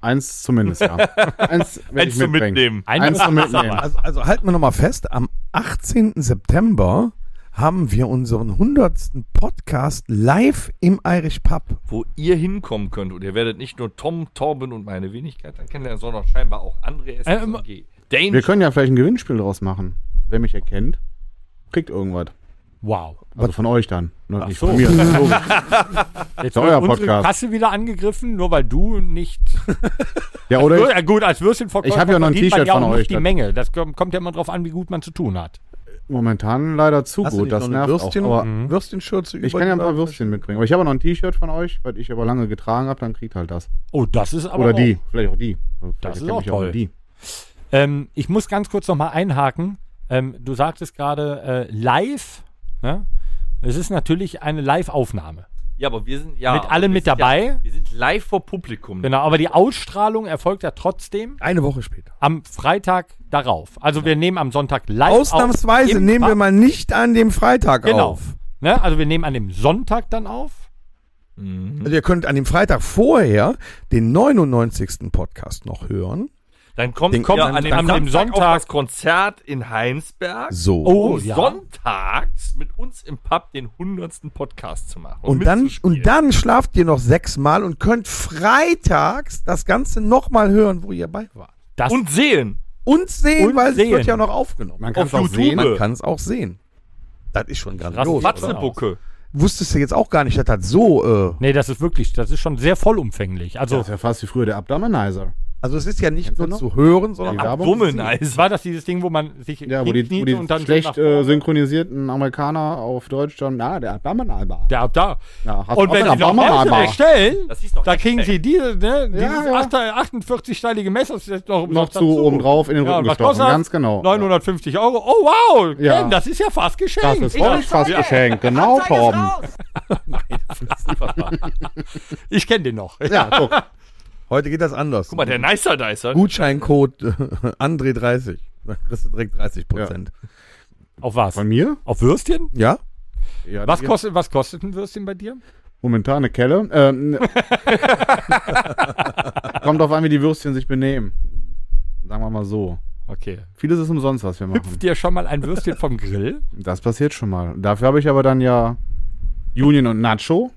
eins zumindest, ja. eins
Eins
werd ich
zum
mitbringen.
Mitnehmen.
Eins zum Mitnehmen.
Also, also halten wir nochmal fest, am 18. September haben wir unseren 100. Podcast live im Irish Pub.
Wo ihr hinkommen könnt. Und ihr werdet nicht nur Tom, Torben und meine Wenigkeit dann kennenlernen, sondern scheinbar auch André S.
Ähm,
und G. Dane.
Wir können ja vielleicht ein Gewinnspiel draus machen. Wer mich erkennt, kriegt irgendwas.
Wow.
Also von euch dann. Ne, nicht
so.
von mir. So,
Jetzt
euer
unsere
Podcast.
Kasse wieder angegriffen, nur weil du nicht.
ja, oder ich,
Ja, gut, als Würstchenverkäufer
Ich hab ja noch ein
verdient man
T-Shirt von
auch nicht
euch,
Die
das-
Menge. Das kommt kommt ja immer drauf an, wie gut man zu tun hat.
momentan leider zu
Hast du
gut.
nicht noch
Das
eine
nervt
Würstchen,
auch. Aber
Mhm.
Mhm.
Mhm.
Würstchenschürze
ich kann ja ein paar Würstchen mitbringen. Aber ich habe auch noch ein T-Shirt von euch, weil ich aber lange getragen habe, dann kriegt halt das.
Oh, das ist aber.
Oder
auch-
die. Vielleicht auch die. Vielleicht
Das ist
erkennt
auch
mich
toll.
die.
Ähm, ich muss ganz kurz nochmal einhaken. Ähm, du sagtest gerade äh, live. Ne? Es ist natürlich eine Live-Aufnahme.
Ja, aber wir sind ja.
Mit allen
wir
mit
sind
dabei.
Ja, wir sind live vor Publikum.
Genau, aber die Ausstrahlung erfolgt ja trotzdem
Eine Woche später.
am Freitag darauf. Also wir nehmen am Sonntag live
Ausnahmsweise
auf, im
nehmen wir
Pub.
mal nicht an dem Freitag
genau.
auf.
Ne? Also wir nehmen an dem Sonntag dann auf.
Mhm.
Also ihr könnt an dem Freitag vorher den 99. Podcast noch hören.
Dann kommt,
Den-
kommt
kommt-
an dem,
dann kommt-
Samstag
Sonntag-
auch das Konzert in Heinsberg.
So.
Oh,
um
ja.
sonntags mit uns im Pub den 100. Podcast zu machen.
Und dann,
mitzuspielen.
und dann schlaft ihr noch sechsmal und könnt freitags das Ganze nochmal hören, wo ihr bei wart.
Das
Und sehen.
Und sehen,
Und
weil
sehen.
es wird ja noch aufgenommen.
Man kann es
Auf
auch
YouTube.
sehen.
Man kann es auch sehen. Das ist schon ganz
Krass, was-
Matzebucke.
Wusstest du jetzt auch gar nicht, dass das so, äh,
nee, das ist wirklich, das ist schon sehr vollumfänglich.
Das
Also
ist ja fast wie früher der Abdominizer.
also es ist ja nicht
Kennst du
nur
noch?
zu hören, sondern
Die
auch
Werbung?
Dummen Eis.
war das dieses Ding, wo man sich
Ja, wo die, wo
hinkniete
die schlecht
so nach-
äh, synchronisierten Amerikaner auf Deutsch dann, na, der Abdominizer.
der ab da.
Ja, hast
Und
auch
wenn
einen
sie noch
Abdominizer.
Messer erstellen,
Das hieß doch
da
echt
kriegen sie diese, ne, dieses
ja.
achter- 48-steilige Messer das ist jetzt noch,
noch zu oben drauf in den Rücken
was
gestochen.
kostet das?
Ganz genau.
950 Euro. Oh, wow.
Ja.
Ken, das ist ja fast
Das
geschenkt.
ist auch fast geschenkt. Genau, Torben.
ich kenne den noch.
Ja, guck.
heute geht das anders.
Guck mal, der Nicer Dicer.
Gutscheincode äh, André 30. Dann kriegst du direkt 30 Prozent.
Auf was?
Von mir?
Auf Würstchen?
Ja.
Ja,
Was
die-
kostet, was kostet ein Würstchen bei dir?
Momentan eine Kelle. Ähm, Kommt drauf an, wie die Würstchen sich benehmen. Sagen wir mal so.
Okay.
Vieles ist umsonst, was wir machen.
Hüpft dir schon mal ein Würstchen vom Grill?
Das passiert schon mal. Dafür habe ich aber dann ja Union und Nacho.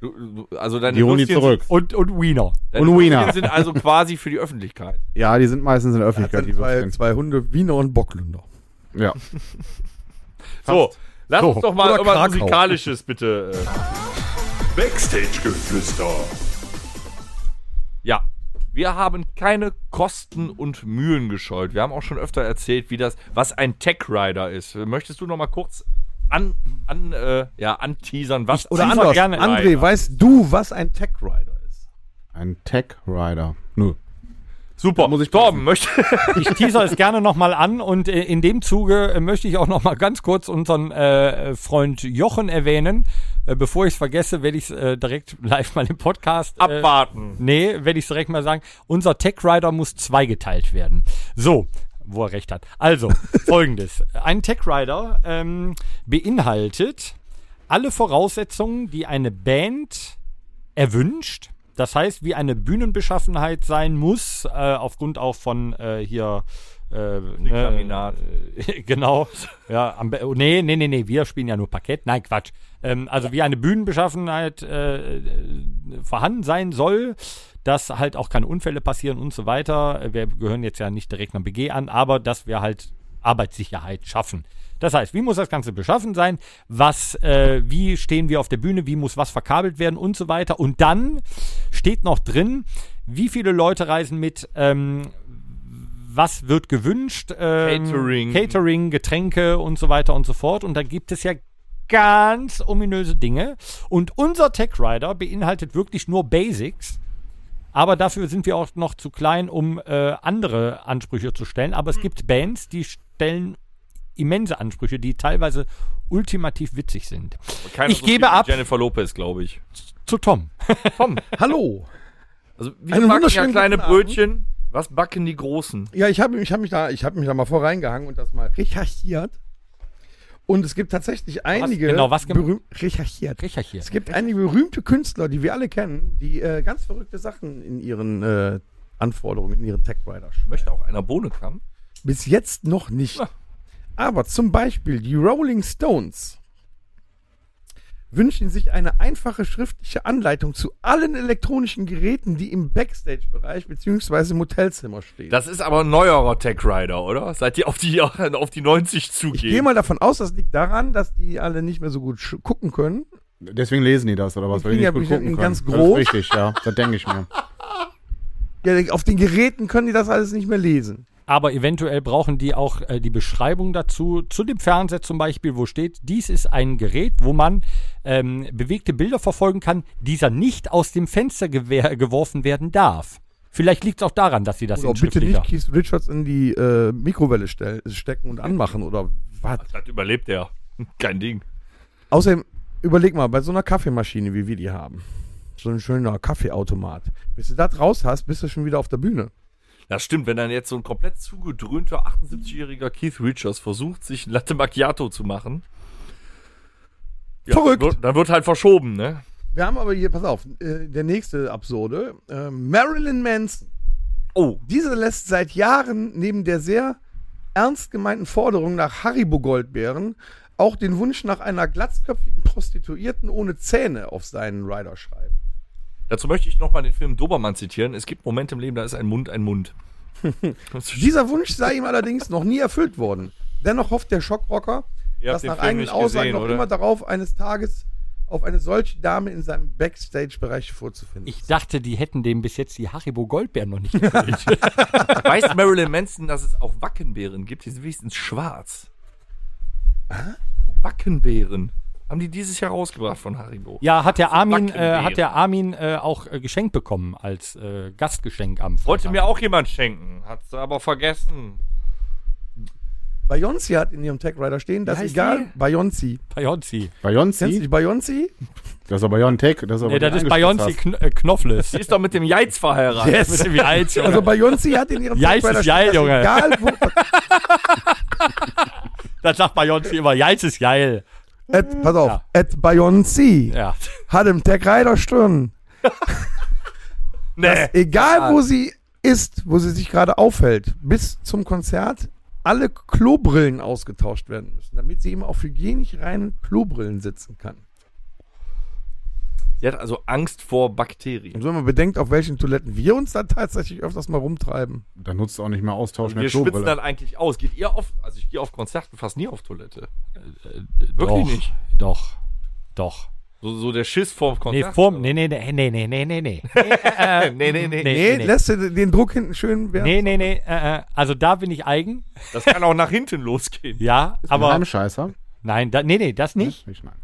Du- du- Also deine
Die holen die
Würstchen
zurück.
Und, und Wiener.
Sind,
Und
und
Wiener.
Wiener. sind also quasi für die Öffentlichkeit.
Ja, die sind meistens in der
Das
Öffentlichkeit,
sind
die
zwei,
Würstchen.
zwei Hunde, Wiener und Bocklunder.
Ja.
So, lass uns doch mal
Oder
über
Krakau.
musikalisches bitte. Äh,
Backstage-Geflüster.
Ja, wir haben keine Kosten und Mühen gescheut. Wir haben auch schon öfter erzählt, wie das, was ein Tech Rider ist. Möchtest du noch mal kurz an, an, äh, ja, anteasern, was
Oder
Teaser
anders.
gerne
André,
Rider.
weißt du, was ein Tech Rider ist?
Ein Tech Rider. Nö.
Super,
muss ich
Torben möchte.
Ich teaser es gerne nochmal an und äh, in dem Zuge äh, möchte ich auch nochmal ganz kurz unseren äh, Freund Jochen erwähnen. Äh, bevor ich es vergesse, werde ich es äh, direkt live mal im Podcast äh,
Abwarten.
Nee, werde ich direkt mal sagen. Unser Tech Rider muss zweigeteilt werden. So, wo er recht hat. Also, folgendes. Ein Tech Rider ähm, beinhaltet alle Voraussetzungen, die eine Band erwünscht. Das heißt, wie eine Bühnenbeschaffenheit sein muss, äh, aufgrund auch von äh, hier. Äh,
Kaminat.
äh, genau. Ja, am, Be- oh, nee, nee, nee, nee, wir spielen ja nur Parkett. Nein, Quatsch. Ähm, also wie eine Bühnenbeschaffenheit äh, äh, vorhanden sein soll, dass halt auch keine Unfälle passieren und so weiter. Wir gehören jetzt ja nicht direkt einem BG an, aber dass wir halt Arbeitssicherheit schaffen. Das heißt, wie muss das Ganze beschaffen sein? Was, äh, wie stehen wir auf der Bühne? Wie muss was verkabelt werden und so weiter? Und dann steht noch drin, wie viele Leute reisen mit, ähm, was wird gewünscht? Ähm,
Catering.
Catering, Getränke und so weiter und so fort. Und da gibt es ja ganz ominöse Dinge. Und unser Tech Rider beinhaltet wirklich nur Basics. Aber dafür sind wir auch noch zu klein, um äh, andere Ansprüche zu stellen. Aber es gibt Bands, die stellen immense Ansprüche, die teilweise ultimativ witzig sind.
Keiner
Ich
viel
gebe
wie
ab.
Jennifer Lopez, glaube ich.
Zu Tom.
Hallo.
Also wir
Einen
backen ja
wunderschönen
kleine
guten Abend.
Brötchen. Was backen die Großen?
Ja, ich habe ich hab mich, da- ich hab mich da mal vorreingehangen und das mal recherchiert. Und es gibt tatsächlich einige
genau was gemacht?
berühm- recherchiert.
Recher hier.
Es gibt einige berühmte Künstler, die wir alle kennen, die äh, ganz verrückte Sachen in ihren äh, Anforderungen, in ihren Tech-Rider schreiben.
Möchte auch einer Bohne kamen.
Bis jetzt noch nicht. Aber zum Beispiel die Rolling Stones wünschen sich eine einfache schriftliche Anleitung zu allen elektronischen Geräten, die im Backstage-Bereich bzw. im Hotelzimmer stehen.
Das ist aber ein neuerer Tech Rider, oder? Seid ihr auf die, auf die 90
ich gehe
zugehen?
mal davon aus, das liegt daran, dass die alle nicht mehr so gut sch- gucken können.
Deswegen lesen die das, oder was?
Die kriegen ja
gut
bestimmt
gucken
ganz
können.
groß.
Das ist richtig, ja. Das denke ich mir.
Ja, auf den Geräten können die das alles nicht mehr lesen.
Aber eventuell brauchen die auch äh, die Beschreibung dazu, zu dem Fernseher zum Beispiel, wo steht, dies ist ein Gerät, wo man ähm, bewegte Bilder verfolgen kann, dieser nicht aus dem Fenster gewer- geworfen werden darf. Vielleicht liegt es auch daran, dass sie das
Oder
in
bitte nicht
schriftlicher.
Keith Richards in die äh, Mikrowelle stell- stecken und anmachen oder was.
Das überlebt er. Kein Ding.
Außerdem, überleg mal, bei so einer Kaffeemaschine, wie wir die haben, so ein schöner Kaffeeautomat, bis du das raus hast, bist du schon wieder auf der Bühne.
Das stimmt, wenn dann jetzt so ein komplett zugedröhnter 78-jähriger Keith Richards versucht, sich ein Latte Macchiato zu machen. Ja,
Verrückt.
Wird, dann wird halt verschoben, ne?
Wir haben aber hier, pass auf, äh, der nächste Absurde, äh, Marilyn Manson.
Oh,
Diese lässt seit Jahren neben der sehr ernst gemeinten Forderung nach Haribo-Goldbeeren auch den Wunsch nach einer glatzköpfigen Prostituierten ohne Zähne auf seinen Rider schreiben.
dazu möchte ich nochmal den Film Dobermann zitieren. Es gibt Momente im Leben, da ist ein Mund ein Mund. Das ist-
Dieser Wunsch sei ihm allerdings noch nie erfüllt worden. Dennoch hofft der Schockrocker,
Ihr habt
dass
den
nach
Film
eigenen
nicht
Aussagen
gesehen,
noch
oder?
immer darauf eines Tages auf eine solche Dame in seinem Backstage-Bereich vorzufinden.
Ich dachte, die hätten dem bis jetzt die Haribo Goldbeeren noch nicht.
Weiß Marilyn Manson, dass es auch Wackenbeeren gibt? Die sind wenigstens schwarz. Wackenbeeren. Haben die dieses Jahr rausgebracht von Haribo?
ja, hat der Armin, äh,
Wackenbeeren.
hat der Armin äh, auch äh, geschenkt bekommen als äh, Gastgeschenk am
Wollte
Freitag.
mir auch jemand schenken, hat's aber vergessen.
Beyoncé hat in ihrem Tag Rider stehen, das ist
heißt
egal. Beyoncé.
Beyoncé.
Kennst du
Beyoncé?
die Beyoncé?
Das ist aber Beyonce. Das ist aber
Nee, das ist
den du angespitzt
Beyoncé Kn äh, Knopfles.
Die ist doch mit dem Jeiz verheiratet.
Yes. Wie alt, Junge.
Also Beyoncé hat in ihrem
Ja,
Tag
ist es geil,
dass
Junge.
egal wo,
das sagt Beyoncé immer, Jeiz ist geil.
at, pass auf, at Beyoncé
Ja.
hat im Tag Rider stehen,
Nee.
egal wo sie ist, wo sie sich gerade aufhält, bis zum Konzert alle Klobrillen ausgetauscht werden müssen, damit sie eben auf hygienisch reinen Klobrillen sitzen kann.
Sie hat also Angst vor Bakterien.
Und wenn man bedenkt, auf welchen Toiletten wir uns dann tatsächlich öfters mal rumtreiben.
hast. Dann nutzt auch nicht mehr Austausch
Wir
mit
schwitzen
Klobrille.
dann eigentlich aus. Geht ihr auf, also ich gehe auf Konzerten fast nie auf Toilette.
Doch,
Wirklich nicht.
Doch. Doch.
So, so der Schiss vor dem
Nee,
Konzert.
vorm, nee, nee, nee, nee, nee, nee, nee, nee. Äh,
Nee, nee,
Nee,
nee.
Nee,
nee.
lässt du den Druck hinten schön werden.
Nee, nee, nee, äh, äh, also da bin ich eigen,
Das kann auch nach hinten losgehen.
ja, aber,
Ein Scheißer?
nein, da, nee, nee, das nicht,
Ich, nein,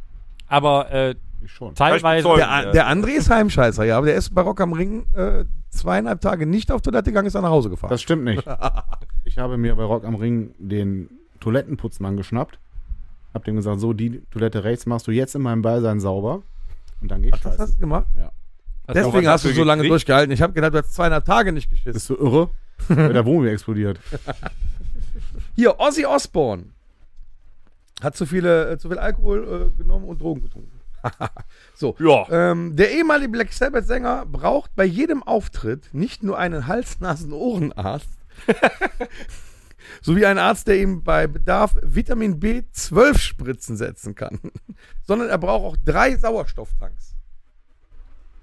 aber äh,
ich schon.
teilweise,
Beispiel
Der, A- Ah, der André ist Heimscheißer, ja, aber der ist bei Rock am Ring äh, zweieinhalb Tage nicht auf Toilette gegangen, ist dann nach Hause gefahren.
Das stimmt nicht. Ich habe mir bei Rock am Ring den Toilettenputzmann geschnappt. Hab dem gesagt, so, die Toilette rechts machst du jetzt in meinem Beisein sauber. Und dann geht's
Ach, das
scheiße.
hast du gemacht?
Hat auch
Deswegen
was
hast du
dafür
so lange
gekriegt?
durchgehalten. Ich habe gedacht, du hast zweieinhalb Tage nicht geschissen.
Bist du irre? Äh, Weil der Wohnmobil explodiert.
Hier, Ozzy Osbourne hat zu, viele, äh, zu viel Alkohol äh, genommen und Drogen getrunken. so.
Ja.
Ähm, der ehemalige Black Sabbath-Sänger braucht bei jedem Auftritt nicht nur einen Hals-Nasen-Ohrenarzt, sowie einen Arzt, der ihm bei Bedarf Vitamin B12-Spritzen setzen kann, sondern er braucht auch drei Sauerstofftanks.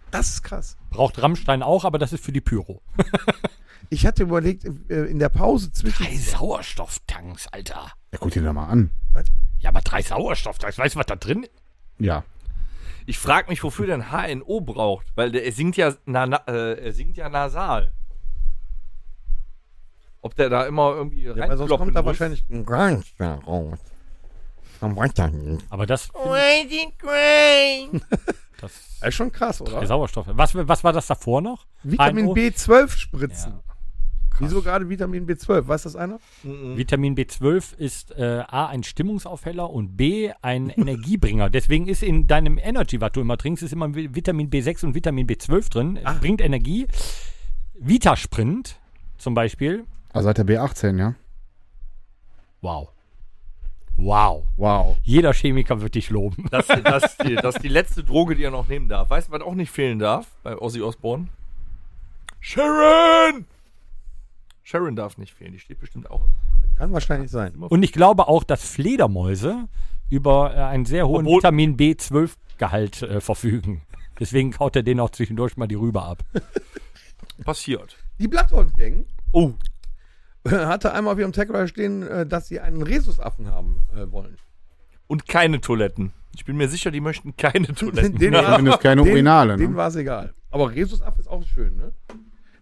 Das ist krass.
braucht Rammstein auch, aber das ist für die Pyro.
Ich hatte überlegt, äh, in der Pause zwischen.
Drei Sauerstofftanks, Alter.
Ja, guck dir da mal an.
Ja, aber drei Sauerstofftanks, weißt du, was da drin ist?
Ja.
Ich frage mich, wofür denn HNO braucht, weil der, er singt ja na, na, äh, er singt ja nasal. Ob der da immer irgendwie
Ja, weil sonst
reinkloppen
kommt da
muss?
wahrscheinlich ein Gangster raus. Dann weiter.
Aber das, das
Das ist schon krass,
drei
oder?
Sauerstoff, was, was war das davor noch?
Vitamin
HNO?
B12 spritzen.
Ja.
Wieso gerade Vitamin B12? Weiß das einer?
Vitamin B12 ist äh, A, ein Stimmungsaufheller und B, ein Energiebringer. Deswegen ist in deinem Energy, was du immer trinkst, ist immer Vi- Vitamin B6 und Vitamin B12 drin. Es bringt Energie. Vitasprint
Ah,
zum Beispiel.
Also hat der B18, ja?
Wow. Wow.
Wow.
Jeder Chemiker wird dich loben.
Das, das, die, das ist die letzte Droge, die er noch nehmen darf. Weißt du, was auch nicht fehlen darf bei Ozzy Osbourne? Sharon! Sharon darf nicht fehlen, die steht bestimmt auch.
Kann wahrscheinlich sein.
Und ich glaube auch, dass Fledermäuse über äh, einen sehr hohen
Obwohl-
Vitamin B12-Gehalt äh, verfügen. Deswegen kaut er denen auch zwischendurch mal die Rübe ab.
Passiert.
Die Bloodhound-Gang
Oh,
hatte einmal auf ihrem Tagline stehen, äh, dass sie einen Rhesusaffen haben äh, wollen.
und keine Toiletten. Ich bin mir sicher, die möchten keine Toiletten.
Den war-
Zumindest keine
den-
Urinale.
Denen
Ne?
war es egal. Aber Rhesusaffe ist auch schön, ne?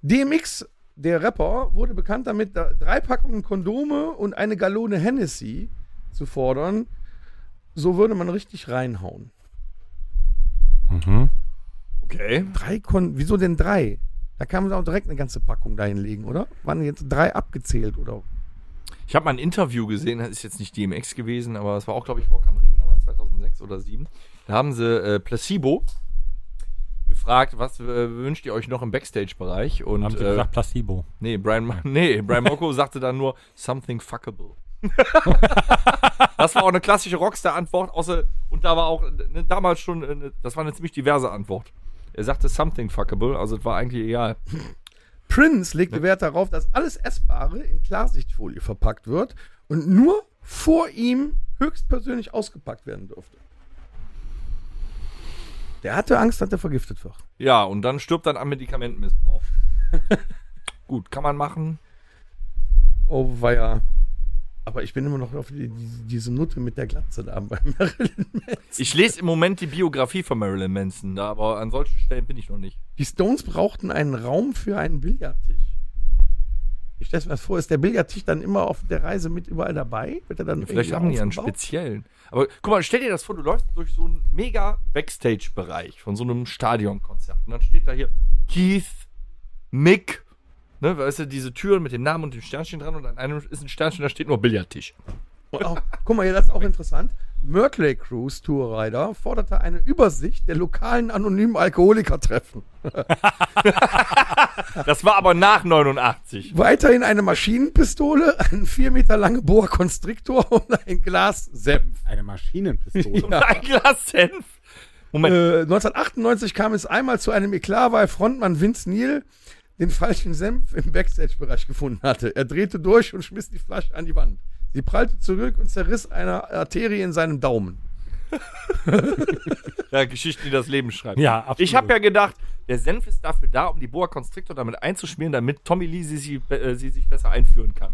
DMX, der Rapper, wurde bekannt damit, da- drei Packungen Kondome und eine Gallone Hennessy zu fordern. So würde man richtig reinhauen.
Okay.
Drei Kon Wieso denn drei? Da kann man auch direkt eine ganze Packung dahinlegen, oder? Waren jetzt drei abgezählt, oder?
Ich habe mal ein Interview gesehen, das ist jetzt nicht DMX gewesen, aber es war auch, glaube ich, Rock am Ring damals 2006 oder 2007. Da haben sie äh, Placebo gefragt, was äh, wünscht ihr euch noch im Backstage-Bereich? Und
Haben sie
äh,
gesagt, Placebo.
nee, Brian, nee, Brian Mocco sagte dann nur something fuckable. das war auch eine klassische Rockstar-Antwort, außer und da war auch ne, damals schon, äh, ne, das war eine ziemlich diverse Antwort. Er sagte something fuckable, also es war eigentlich egal.
Prince legte Wert darauf, dass alles Essbare in Klarsichtfolie verpackt wird und nur vor ihm höchstpersönlich ausgepackt werden durfte. Der hatte Angst, dass er vergiftet wird.
Ja, und dann stirbt dann am Medikamentenmissbrauch. Gut, kann man machen.
Oh, war ja. Aber ich bin immer noch auf die, die, diese Nutte mit der Glatze da bei Marilyn Manson.
Ich lese im Moment die Biografie von Marilyn Manson, da, aber an solchen Stellen bin ich noch nicht.
Die Stones brauchten einen Raum für einen Billardtisch. Ich stelle mir das vor, ist der Billardtisch dann immer auf der Reise mit überall dabei? Wird er dann
Vielleicht
irgendwie
haben die einen
aufgebaut?
speziellen. Aber guck mal, stell dir das vor, du läufst durch so einen mega Backstage-Bereich von so einem Stadionkonzert. Und dann steht da hier Keith, Mick, ne, weißt du, diese Türen mit dem Namen und dem Sternchen dran und an einem ist ein Sternchen, da steht nur Billardtisch.
Und auch, Oh, guck mal, hier, das ist auch interessant. Mertley Cruise Tourrider forderte eine Übersicht der lokalen anonymen Alkoholikertreffen.
Das war aber nach 89.
Weiterhin eine Maschinenpistole, ein vier Meter lange Boa Constrictor und ein Glas Senf.
Eine Maschinenpistole.
Ein Glas Senf. Moment,
Äh, 1998 kam es einmal zu einem Eklat, weil Frontmann Vince Neil den falschen Senf im Backstage-Bereich gefunden hatte. Er drehte durch und schmiss die Flasche an die Wand. Sie prallte zurück und zerriss eine Arterie in seinem Daumen.
ja, Geschichten, die das Leben schreibt.
Ja, absolut.
Ich habe ja gedacht, der Senf ist dafür da, um die Boa Constrictor damit einzuschmieren, damit Tommy Lee sie, sie, äh, sie sich besser einführen kann.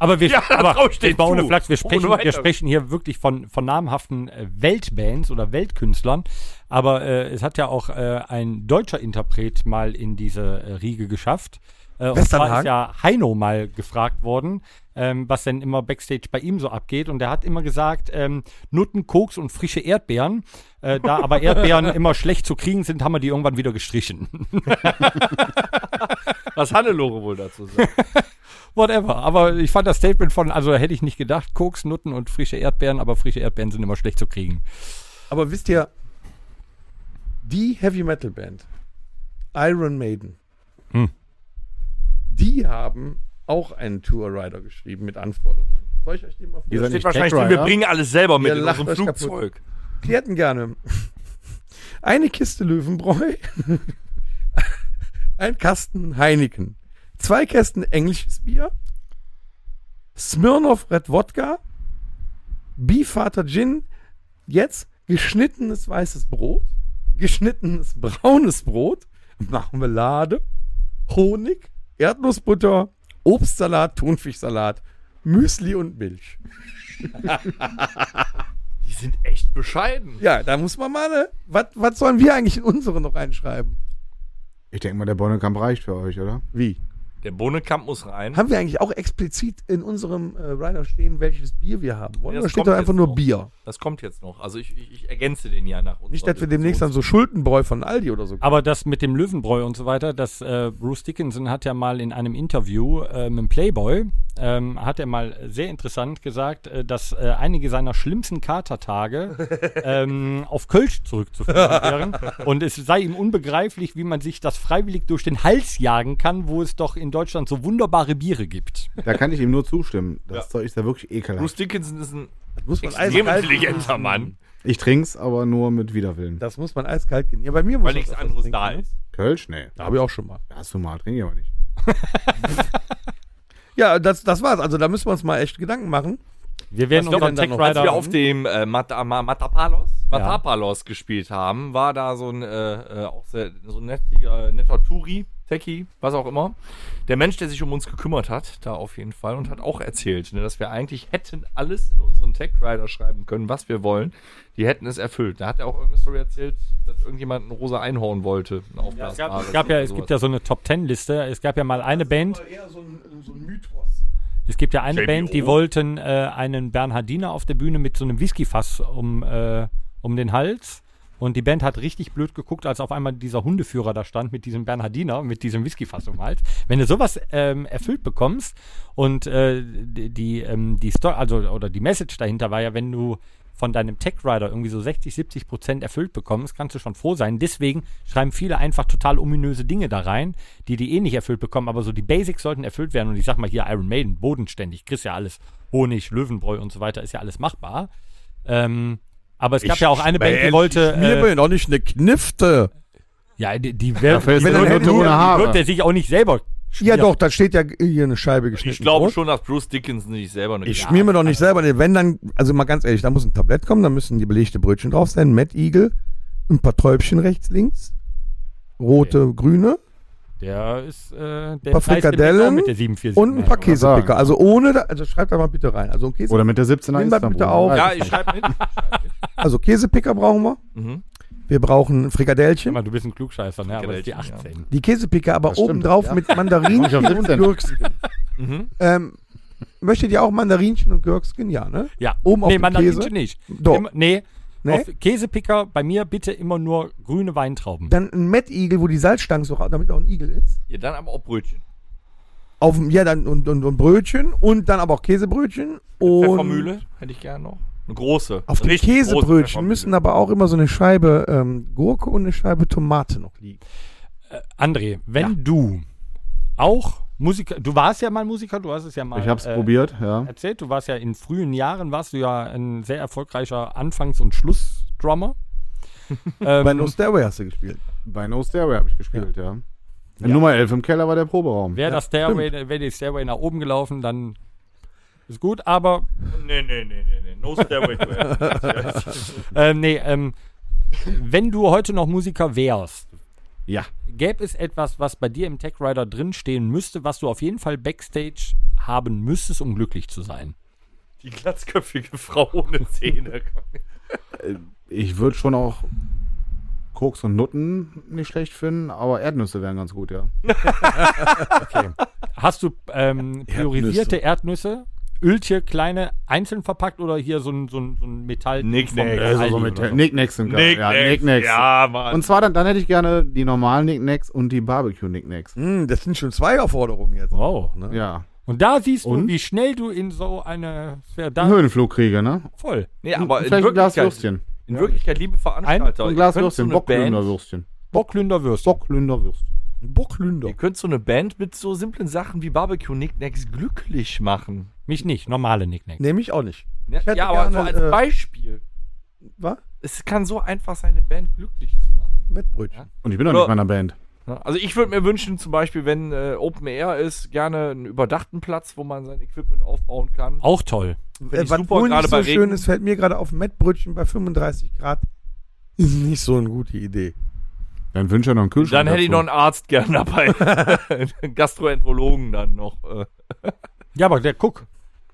Aber wir,
Ja, da
aber
drauf steht
jetzt mal ohne
zu.
Flachs, wir sprechen,
Ohne weiter.
wir sprechen hier wirklich von, von namhaften äh, Weltbands oder Weltkünstlern. Aber äh, es hat ja auch äh, ein deutscher Interpret mal in diese äh, Riege geschafft. Äh, und zwar ist
Westernhagen?
ja Heino mal gefragt worden, ähm, was denn immer Backstage bei ihm so abgeht. Und er hat immer gesagt, ähm, Nutten, Koks und frische Erdbeeren. Äh, da aber Erdbeeren immer schlecht zu kriegen sind, haben wir die irgendwann wieder gestrichen.
Was Hannelore wohl dazu sagt.
Whatever. Aber ich fand das Statement von, also hätte ich nicht gedacht, Koks, Nutten und frische Erdbeeren, aber frische Erdbeeren sind immer schlecht zu kriegen.
Aber wisst ihr, die Heavy Metal Band, Iron Maiden,
Hm.
die haben auch einen Tour Rider geschrieben mit Anforderungen. Soll ich euch den mal
Ihr seid
vorstellen?
nicht
Steht wahrscheinlich drin,
Jack
wir
Ryder.
bringen alles selber mit
Ihr
in
lacht
unserem
euch
Flugzeug.
Die hätten gerne eine Kiste Löwenbräu, ein Kasten Heineken, zwei Kästen englisches Bier, Smirnoff Red Wodka, Beefvater Gin, jetzt geschnittenes weißes Brot, geschnittenes braunes Brot, Marmelade, Honig, Erdnussbutter, Obstsalat, Thunfischsalat, Müsli und Milch.
Die sind echt bescheiden.
Ja, da muss man mal, ne? Was, was sollen wir eigentlich in unsere noch reinschreiben?
Ich denke mal, der Bonnekamp reicht für euch, oder?
Wie?
Der Bohnenkamp muss rein.
Haben wir eigentlich auch explizit in unserem äh, Rider stehen, welches Bier wir haben wollen?
Ja, das
Oder steht
kommt
da einfach
jetzt
nur
noch.
Bier?
Das kommt jetzt noch. Also ich, ich, ich ergänze den ja nach uns.
Nicht, dass wir demnächst dann so Schuldenbräu von Aldi oder so.
Aber das mit dem Löwenbräu und so weiter, das äh, Bruce Dickinson hat ja mal in einem Interview äh, mit dem Playboy, ähm, hat er mal sehr interessant gesagt, äh, dass äh, einige seiner schlimmsten Katertage ähm, auf Kölsch zurückzuführen wären. Und es sei ihm unbegreiflich, wie man sich das freiwillig durch den Hals jagen kann, wo es doch in Deutschland so wunderbare Biere gibt.
Da kann ich ihm nur zustimmen. Das Zeug ist ja wirklich
Bruce
ekelhaft.
Dickinson ist ein
Das muss man also
extrem
eiskalt
intelligenter Mann,
Ich trink's, aber nur mit Widerwillen.
Das muss man eiskalt gehen. Ja, bei mir muss
weil
man
nichts
das
anderes
trinken,
da
ne?
ist.
Kölsch? Nee.
Da habe ich auch schon mal.
Da hast du mal, trink ich aber nicht.
Ja, das, das war's. Also da müssen wir uns mal echt Gedanken machen.
Wir werden
Was
unseren
glaubt ihr
Tech
denn da noch?
Als
Rider.
wir auf dem äh, Mata, Ma, Matapalos, Matapalos gespielt haben, war da so ein, äh, äh, auch sehr, so ein nettiger, netter Turi, Techie, was auch immer. Der Mensch, der sich um uns gekümmert hat, da auf jeden Fall, und hat auch erzählt, ne, dass wir eigentlich hätten alles in unseren Tech Rider schreiben können, was wir wollen. Die hätten es erfüllt. Da hat er auch irgendeine Story erzählt, dass irgendjemand ein rosa Einhorn wollte. Ein
es gab, es gab ja, es gibt ja so eine Top Ten Liste. Es gab ja mal eine Band. Es gibt ja eine
JBO.
Band, die wollten äh, einen Bernhardiner auf der Bühne mit so einem Whiskyfass um, äh, um den Hals. Und die Band hat richtig blöd geguckt, als auf einmal dieser Hundeführer da stand mit diesem Bernhardiner, mit diesem Whiskyfass um den Hals. Wenn du sowas ähm, erfüllt bekommst und äh, die, die, ähm, die Story, also oder die Message dahinter war ja, wenn du von deinem Tech Rider irgendwie so 60, 70 Prozent erfüllt bekommst, kannst du schon froh sein. Deswegen schreiben viele einfach total ominöse Dinge da rein, die die eh nicht erfüllt bekommen, aber so die Basics sollten erfüllt werden. Und ich sag mal hier Iron Maiden, bodenständig, kriegst ja alles. Honig, Löwenbräu und so weiter, ist ja alles machbar. Ähm, aber es gab ja auch eine Band, die wollte.
Mir
Äh,
bin doch nicht eine Knifte.
ja, die, die wär,
Dafür
die
ist er
nur
wird-
eine
ohne
die
Haare.
wird er sich auch nicht selber.
Ja,
schmieren.
doch, da steht ja hier eine Scheibe geschnitten.
Ich glaube
Brot.
schon, dass Bruce Dickinson sich selber eine
Ich schmier mir doch nicht selber. Nee, Wenn dann, also mal ganz ehrlich, da muss ein Tablett kommen, da müssen die belegte Brötchen drauf sein, Mad Eagle, ein paar Täubchen rechts, links, rote, grüne
Der ist. Äh, der
paar
Preis, den wir
Frikadellen
auch mit der 47
und ein paar
machen.
Käsepicker. Also ohne, da, also schreibt da mal bitte rein. Also, ein Käse,
Oder mit der 17er
Nimm mal bitte auf.
Ja,
Ja, ich schreibe mit.
also Käsepicker brauchen wir.
Mhm.
Wir brauchen
Guck
Frikadellchen.
mal, Du bist ein Klugscheißer, ne? Aber das ist die 18.
Die Käsepicker aber
Das stimmt,
obendrauf
ja.
mit Mandarinchen
Warum
und
stimmt denn?
Gürkskin.
Mhm.
ähm, möchtet ihr auch Mandarinchen und Gürkskin? Ja, ne?
Ja.
Oben auf
nee,
dem
Mandarinchen
Käse?
nicht.
Doch.
Immer, nee.
Nee?
Auf Käsepicker, bei mir bitte immer nur grüne Weintrauben.
Dann ein Mad Eagle, wo die Salzstangen so, ra- damit auch ein Igel ist.
Ja, dann aber auch Brötchen.
Auf dem, ja, dann und, und, und Brötchen und dann aber auch Käsebrötchen und
Pfeffermühle hätte ich gerne noch. Eine große.
Auf
Also
den
richtig große
Käsebrötchen
Pfeffermühle.
müssen aber auch immer so eine Scheibe ähm, Gurke und eine Scheibe Tomate noch liegen.
André, wenn du auch Musiker, du warst ja mal Musiker, du hast es ja mal
Ich hab's
äh,
probiert, ja.
erzählt, du warst ja in frühen Jahren, warst du ja ein sehr erfolgreicher Anfangs- und Schlussdrummer.
Bei
ähm,
No Stairway hast du gespielt.
Bei No Stairway habe ich gespielt, ja. Nummer 11 im Keller war der Proberaum.
Wäre das Stairway, wäre die Stairway nach oben gelaufen, dann ist gut, aber
Nee, nee, nee, nee, nee. No stairway to hell.
ähm, nee, ähm, wenn du heute noch Musiker wärst,
Ja.
gäbe es etwas, was bei dir im Tech Rider drinstehen müsste, was du auf jeden Fall Backstage haben müsstest, um glücklich zu sein?
Die glatzköpfige Frau ohne Zähne.
Ich würde schon auch Koks und Nutten nicht schlecht finden, aber Erdnüsse wären ganz gut, ja.
Hast du ähm, priorisierte Erdnüsse? Öltje, kleine, einzeln verpackt oder hier so ein, so ein, so ein Metall? vom Aldi
Also
oder so?
Nicknacks im Keller. Ja, Nicknacks.
Ja, Mann.
Und zwar, dann, dann hätte ich gerne die normalen Nicknacks und die Barbecue-Nicknacks.
Mhm.
Hm, das sind schon zwei Aufforderungen jetzt.
Wow.
Ne?
Ja.
Und da siehst du,
Und?
wie schnell du in so eine Sphäre
Einen
da
Höhenflug kriege, ne?
voll.
nee, aber in
Vielleicht ein Glas
Wirklichkeit,
Würstchen.
in Wirklichkeit, liebe Veranstalter,
Ein Glas
ihr, könnt so
Würstchen,
eine
Bocklünder
Band,
Würstchen.
Bocklünder Würst.
Bocklünder Würstchen.
Bocklünder.
ihr könnt so eine Band mit so simplen Sachen wie Barbecue-Nicknacks glücklich machen.
Mich nicht, normale Nicknacks.
Nehme ich auch nicht.
Ja,
hätte
ja aber
gerne,
so als
äh,
Beispiel.
Was?
Es kann so einfach sein, eine Band glücklich zu machen.
Mit Brötchen.
Und ich bin doch
Oder-
nicht meiner Band.
Ja, Also ich würde mir wünschen, zum Beispiel, wenn äh, Open Air ist, gerne einen überdachten Platz, wo man sein Equipment aufbauen kann.
Auch toll.
Finde ich
Äh, was
super,
wohl
gerade
nicht so
bei
schön
Regen.
ist, fällt mir gerade auf, Mettbrötchen bei 35 Grad ist nicht so eine gute Idee.
Dann wünsche ich noch einen Kühlschrank.
Dann hätte ich noch
dazu.
einen Arzt gern dabei. einen Gastroenterologen dann noch. äh.
Ja, aber der guck,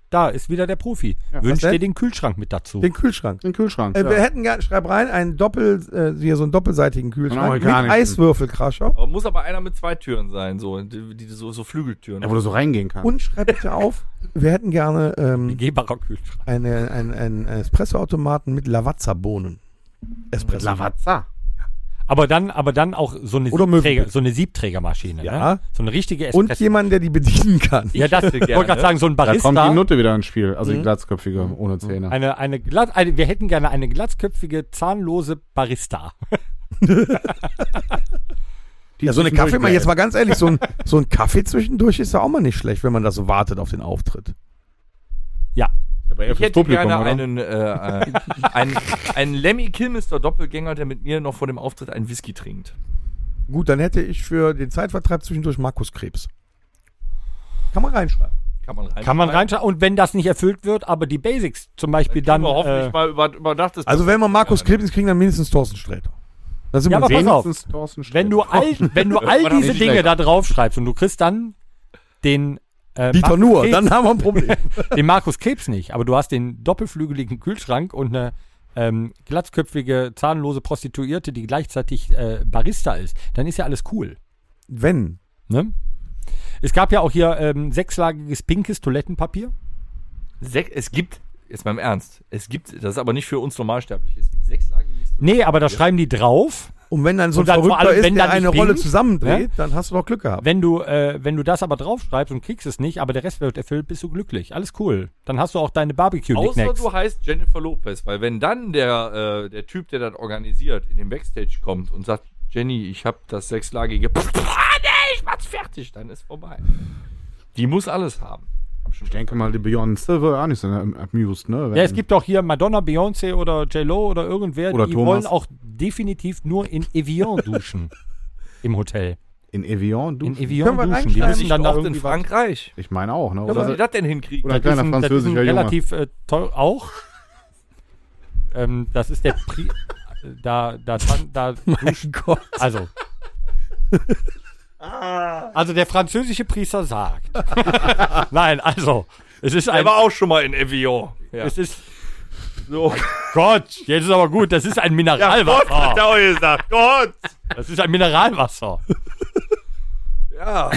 da ist wieder der Profi. Wünsch
was denn?
dir den Kühlschrank mit dazu.
Den Kühlschrank.
einen Kühlschrank.
Äh,
ja.
Wir hätten gerne, schreib rein, einen Doppel, äh, hier so einen doppelseitigen Kühlschrank mit
amerikanischen.
Eiswürfelkrascher.
Aber muss aber einer mit zwei Türen sein, so, die, die, so, so Flügeltüren.
Ja, wo du so reingehen kannst.
Und schreib bitte auf, wir hätten gerne ähm,
Begehbarer Kühlschrank.
eine, ein, ein Espressoautomaten mit Lavazza-Bohnen. Espresso.
Lavazza.
Aber dann, aber dann auch so eine, Siebträger,
Oder Möwenpick.
so eine Siebträgermaschine.
Ja.
Ne? So eine richtige
Und
Espresso-
jemanden, der die bedienen kann.
Ja, das wollte
hätte
gerade
gerne-
sagen, so ein
Da kommt die
Barista.
Nutte wieder ins Spiel, also
Mhm.
die glatzköpfige ohne Zähne.
Eine, eine, glatt, eine, wir hätten gerne eine glatzköpfige, zahnlose Barista.
die
Ja, so eine
zwischendurch
Kaffee, mal
geil.
jetzt mal ganz ehrlich, so ein, so ein Kaffee zwischendurch ist ja auch mal nicht schlecht, wenn man da so wartet auf den Auftritt.
Aber eher
Ich
fürs
hätte
Publikum,
gerne
oder?
einen, äh, äh, einen, einen Lemmy Kilmister Doppelgänger, der mit mir noch vor dem Auftritt einen Whisky trinkt.
Gut, dann hätte ich für den Zeitvertreib zwischendurch Markus Krebs. Kann man reinschreiben.
Kann man rein.
Kann man reinschauen. Und wenn das nicht erfüllt wird, aber die Basics zum Beispiel dann.
Kriegen wir hoffentlich
äh,
mal über, überdachtes.
Also wenn wir Markus Krebs kriegen, dann mindestens Thorsten Sträter. Dann sind
Ja,
wir
aber
sehr-
pass auf.
Wenigstens Thorsten Sträter.
wenn du all, wenn du all
Irgendwann
diese
hab ich
Dinge
schlecht.
da drauf schreibst und du kriegst dann den. äh,
Dieter
Markus
nur,
Krebs-
dann haben wir ein Problem.
den Markus Krebs nicht, aber du hast den doppelflügeligen Kühlschrank und eine ähm, glatzköpfige, zahnlose Prostituierte, die gleichzeitig äh, Barista ist. Dann ist ja alles cool.
wenn.
Ne? Es gab ja auch hier ähm, sechslagiges pinkes Toilettenpapier.
Sech, es gibt, jetzt mal im Ernst, es gibt, das ist aber nicht für uns Normalsterbliche, es gibt sechslagiges
Nee, aber da schreiben die drauf.
Und wenn dann so ein
Und dann vor
Verrückter
allem,
ist,
wenn
der
dann nicht
eine Rolle
blinkt,
zusammendreht,
ne?
dann hast du doch Glück gehabt.
Wenn du, äh, wenn du das aber draufschreibst und kriegst es nicht, aber der Rest wird erfüllt, bist du glücklich. Alles cool. Dann hast du auch deine
Außer
Barbecue-Nicknacks.
du heißt Jennifer Lopez, weil wenn dann der, äh, der Typ, der das organisiert, in den Backstage kommt und sagt, Jenny, ich habe das sechslagige. Ah, nee, ich mach's fertig, dann ist vorbei. Die muss alles haben. Hab schon
Ich denke mal, die Beyoncé war auch nicht so amused, ne?
Ja, es gibt doch hier Madonna, Beyoncé oder J-Lo oder irgendwer,
Oder
die
Thomas.
wollen auch definitiv nur in Evian duschen. Im Hotel.
In Evian, du.
In Evian
Können wir
duschen. Die
reinschreiben?
müssen dann
auch
noch
in
irgendwie was-
Frankreich.
Ich meine auch, ne?
Wie soll die
Oder,
das denn hinkriegen?
oder ein
Das ist
kleiner
ein- das ist ein
französischer Junge.
relativ äh, teuer auch. ähm, das ist der Pri da da da, da duschen. Also also der französische Priester sagt. Nein, also es ist ein
Er war auch schon mal in Evian. Ja.
es ist
So.
Gott, jetzt ist aber gut, das ist ein Mineralwasser.
auch gesagt. Gott!
das ist ein Mineralwasser.
Ja,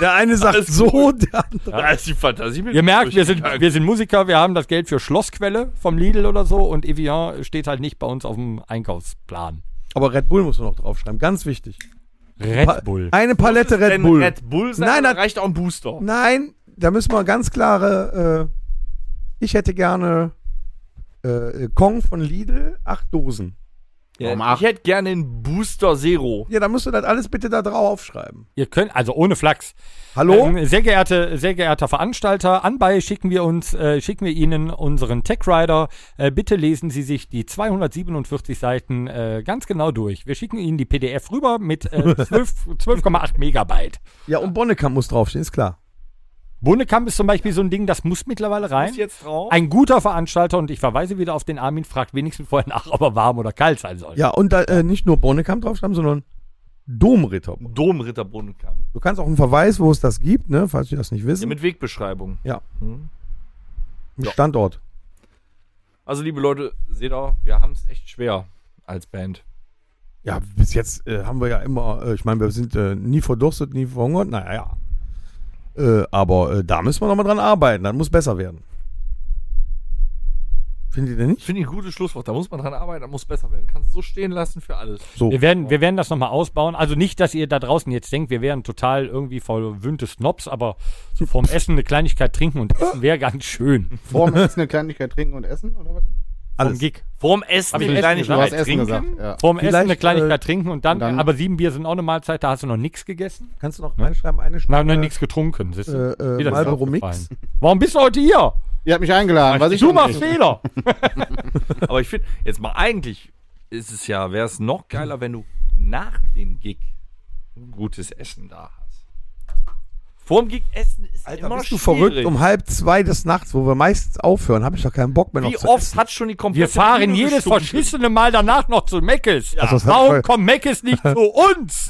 Der eine sagt so, der andere.
da ist die Fantasie mit.
Ihr merkt, wir sind, wir sind Musiker, wir haben das Geld für Schlossquelle vom Lidl oder so und Evian steht halt nicht bei uns auf dem Einkaufsplan.
Aber Red Bull muss man noch draufschreiben, ganz wichtig. Pa-
Red Bull.
Eine Palette Red
Denn
Bull.
Red Bull sein,
Nein,
Nein,
nein.
reicht auch ein Booster.
Nein, da müssen wir ganz klare. Äh, ich hätte gerne äh, Kong von Lidl, acht Dosen.
Ja,
Warum acht?
ich hätte gerne einen Booster Zero.
Ja, da müsst ihr das alles bitte da drauf schreiben.
Ihr könnt, also ohne Flachs.
Hallo?
Ähm, sehr, geehrte, sehr geehrter Veranstalter, anbei schicken wir uns, äh, schicken wir Ihnen unseren Tech Rider. Äh, bitte lesen Sie sich die 247 Seiten äh, ganz genau durch. Wir schicken Ihnen die PDF rüber mit äh, 12 12,8 Megabyte.
Ja, und Bonnekamp muss draufstehen, ist klar.
Bohnekamp ist zum Beispiel so ein Ding, das muss mittlerweile rein.
Ist jetzt drauf.
Ein guter Veranstalter, und ich verweise wieder auf den Armin, fragt wenigstens vorher nach, ob er warm oder kalt sein soll.
Ja, und da, äh, nicht nur Bonnekamp draufschreiben, sondern Domritter.
Domritter Bohnenkamm.
Du kannst auch einen Verweis, wo es das gibt, ne, falls wir das nicht
Ja,
wissen.
mit Wegbeschreibung.
Ja.
Hm.
Ein Standort.
Also, liebe Leute, seht auch, wir haben es echt schwer als Band.
Ja, bis jetzt äh, haben wir ja immer, äh, ich meine, wir sind äh, nie verdurstet, nie verhungert, naja. Äh, aber äh, da müssen wir nochmal dran arbeiten, das muss besser werden. Findet ihr nicht?
Finde ich ein gutes Schlusswort. Da muss man dran arbeiten, da muss besser werden. Kannst du so stehen lassen für alles.
So.
Wir werden, wir werden das nochmal ausbauen. Also nicht, dass ihr da draußen jetzt denkt, wir wären total irgendwie verwöhnte Snobs, aber so vorm Essen eine Kleinigkeit trinken und essen wäre ganz schön.
Vorm Essen eine Kleinigkeit trinken und essen, oder was?
Vorm Gig.
Vorm Essen
ich
eine
nicht
Du hast
Kleinigkeit
Essen
trinken.
gesagt. Ja.
Vorm Essen eine
Vielleicht, äh,
Kleinigkeit trinken und dann,
und dann-
aber sieben Bier sind auch eine Mahlzeit, da hast du noch nichts gegessen?
Kannst du noch reinschreiben, eine
Nein, noch
Stunde
nichts getrunken. siehst du.
äh, äh,
Wieder ist
Marlboro
aufgefallen.
Mix? Also
Warum bist du heute hier?
Ihr habt mich eingeladen, was ich
du
noch
machst
nicht.
Fehler.
Aber ich finde, jetzt mal eigentlich ist es ja, wäre es noch geiler, wenn du nach dem Gig ein gutes Essen da hast. Vorm Gig essen ist
Alter,
immer
bist du
schwierig.
verrückt? Um halb zwei des Nachts, wo wir meistens aufhören, habe ich doch keinen Bock mehr noch
Wie
zu
oft
essen.
hat schon die komplette
Wir fahren
Bühne
jedes
gestunken?
verschissene Mal danach noch zu Meckes.
Also das hat
Warum
voll-
kommt Meckes nicht zu uns?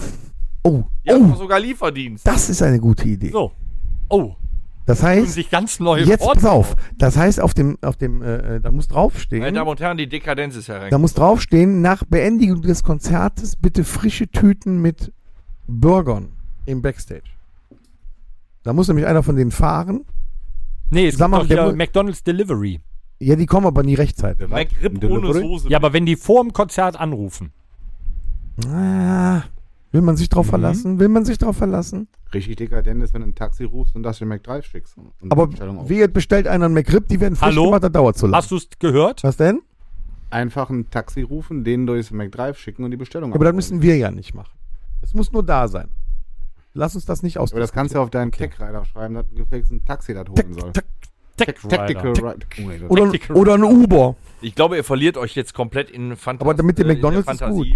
Oh,
Ja,
also
oh,
sogar Lieferdienst.
das ist eine gute Idee.
So. Oh,
Das
tun
heißt,
sich ganz neue
jetzt
Worte
pass auf, das heißt auf dem, auf dem, äh, äh, da muss
Meine
draufstehen,
Damen und Herren, die Dekadenz ist
Da
hereingekommen.
muss draufstehen, nach Beendigung des Konzertes bitte frische Tüten mit Burgern im Backstage. Da muss nämlich einer von denen fahren.
Nee, es
Sag
gibt
mal,
doch
der
hier
Mu-
McDonald's Delivery.
Ja, die kommen aber nie rechtzeitig.
McRib ohne Soße.
Ja, aber wenn die vor dem Konzert anrufen.
Ah, will man sich drauf verlassen? Will man sich drauf verlassen?
Richtig dekadent ist, wenn du ein Taxi rufst und das in McDrive schickst. Und die
Aber
Bestellung auf-
wie jetzt bestellt einer einen McRib, die werden frisch
Hallo?
gemacht, das dauert zu lange.
Hast du es gehört?
Was denn?
einfach ein Taxi rufen, den durchs McDrive schicken und die Bestellung
Aber das
abholen.
müssen wir ja nicht machen. Es muss nur da sein. Lass uns das nicht aus.
Aber das kannst du ja auf deinen okay. Tech-Rider schreiben, dass ein gefakten Taxi das holen soll.
Tech
Tactical Oh
Rider.
Rider.
oder,
Tactical
oder ein Uber.
Ich glaube, ihr verliert euch jetzt komplett in Fantasie.
Aber damit die McDonalds ist gut.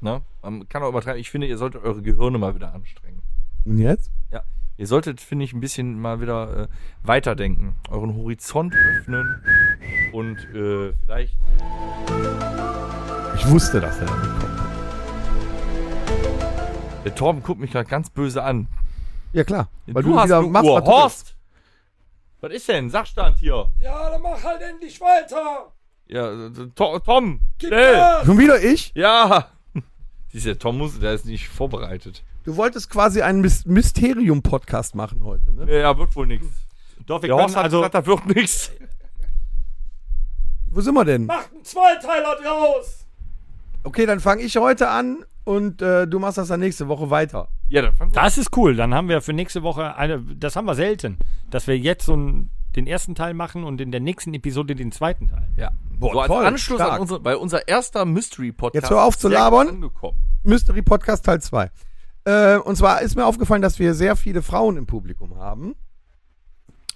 Ne? Man kann auch übertreiben. Ich finde, ihr solltet eure Gehirne mal wieder anstrengen.
Und jetzt?
Ja. Ihr solltet, finde ich, ein bisschen mal wieder äh, weiterdenken. Euren Horizont öffnen und äh, vielleicht.
Ich wusste, dass er damit kommt.
Der Torben guckt mich gerade ganz böse an.
Ja, klar. was
Uhr.
du willst.
Oh, Horst! Was ist denn? Sachstand hier.
Ja, dann mach halt endlich weiter.
Ja, äh, To- Tom!
Gib
Schnell!
Gas.
Schon wieder ich?
Ja! Siehst du, Tom muss, der ist nicht vorbereitet.
Du wolltest quasi einen Mys- Mysterium-Podcast machen heute, ne?
Ja, Ja, wird wohl nichts.
Doch, wir
Der Horst
können
hat
also
gesagt, da wird nichts.
Wo sind wir denn?
Mach einen Zweiteiler draus.
Okay, dann fange ich heute an und äh, du machst das dann nächste Woche weiter.
Ja, dann fangen wir
Das ist cool. Dann haben wir für nächste Woche eine. Das haben wir selten, dass wir jetzt so einen, den ersten Teil machen und in der nächsten Episode den zweiten Teil.
Ja. so als
toll,
Anschluss
stark.
an unsere, weil unser erster Mystery-Podcast
Jetzt hör auf zu
ist sehr gut
labern.
Angekommen.
Mystery Podcast Teil 2. Äh, und zwar ist mir aufgefallen, dass wir sehr viele Frauen im Publikum haben.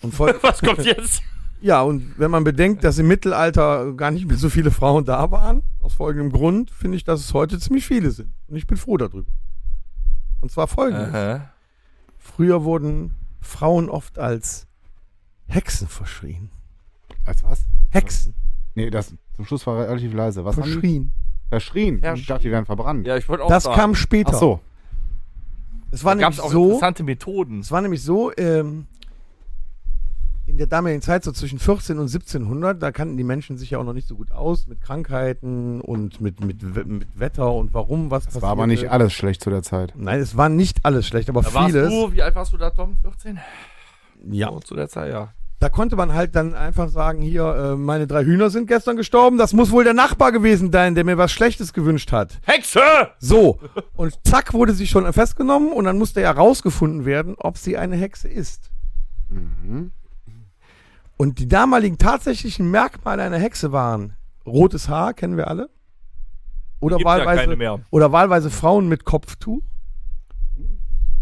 Und voll,
Was kommt jetzt?
ja, und wenn man bedenkt, dass im Mittelalter gar nicht mehr so viele Frauen da waren, aus folgendem Grund finde ich, dass es heute ziemlich viele sind. Und ich bin froh darüber. Und zwar folgendes. Früher wurden Frauen oft als Hexen verschrien.
Als was?
Hexen
Nee, das zum Schluss war er relativ leise. Was haben die?
verschrien.
Verschrien. Ich
Verschrien.
dachte, die werden verbrannt.
Ja, ich wollte auch
Das
sagen.
kam später.
Ach so.
Es war
Gab es
nämlich
auch
so,
interessante Methoden.
Es war nämlich so, ähm, in der damaligen Zeit, so zwischen 14 und 1700, da kannten die Menschen sich ja auch noch nicht so gut aus mit Krankheiten und mit, mit, We- mit Wetter und warum, was
Das war aber nicht alles schlecht zu der Zeit.
Nein, es war nicht alles schlecht, aber
Da warst
vieles.
du, wie alt warst du da, Tom? 14?
Ja.
Oh, zu der Zeit, ja.
Da konnte man halt dann einfach sagen, hier, äh, meine drei Hühner sind gestern gestorben, das muss wohl der Nachbar gewesen sein, der mir was Schlechtes gewünscht hat.
Hexe!
So, und zack wurde sie schon festgenommen und dann musste ja rausgefunden werden, ob sie eine Hexe ist. Und die damaligen tatsächlichen Merkmale einer Hexe waren rotes Haar, kennen wir alle. Oder
Gibt ja
wahlweise,
keine mehr.
oder wahlweise Frauen mit Kopftuch.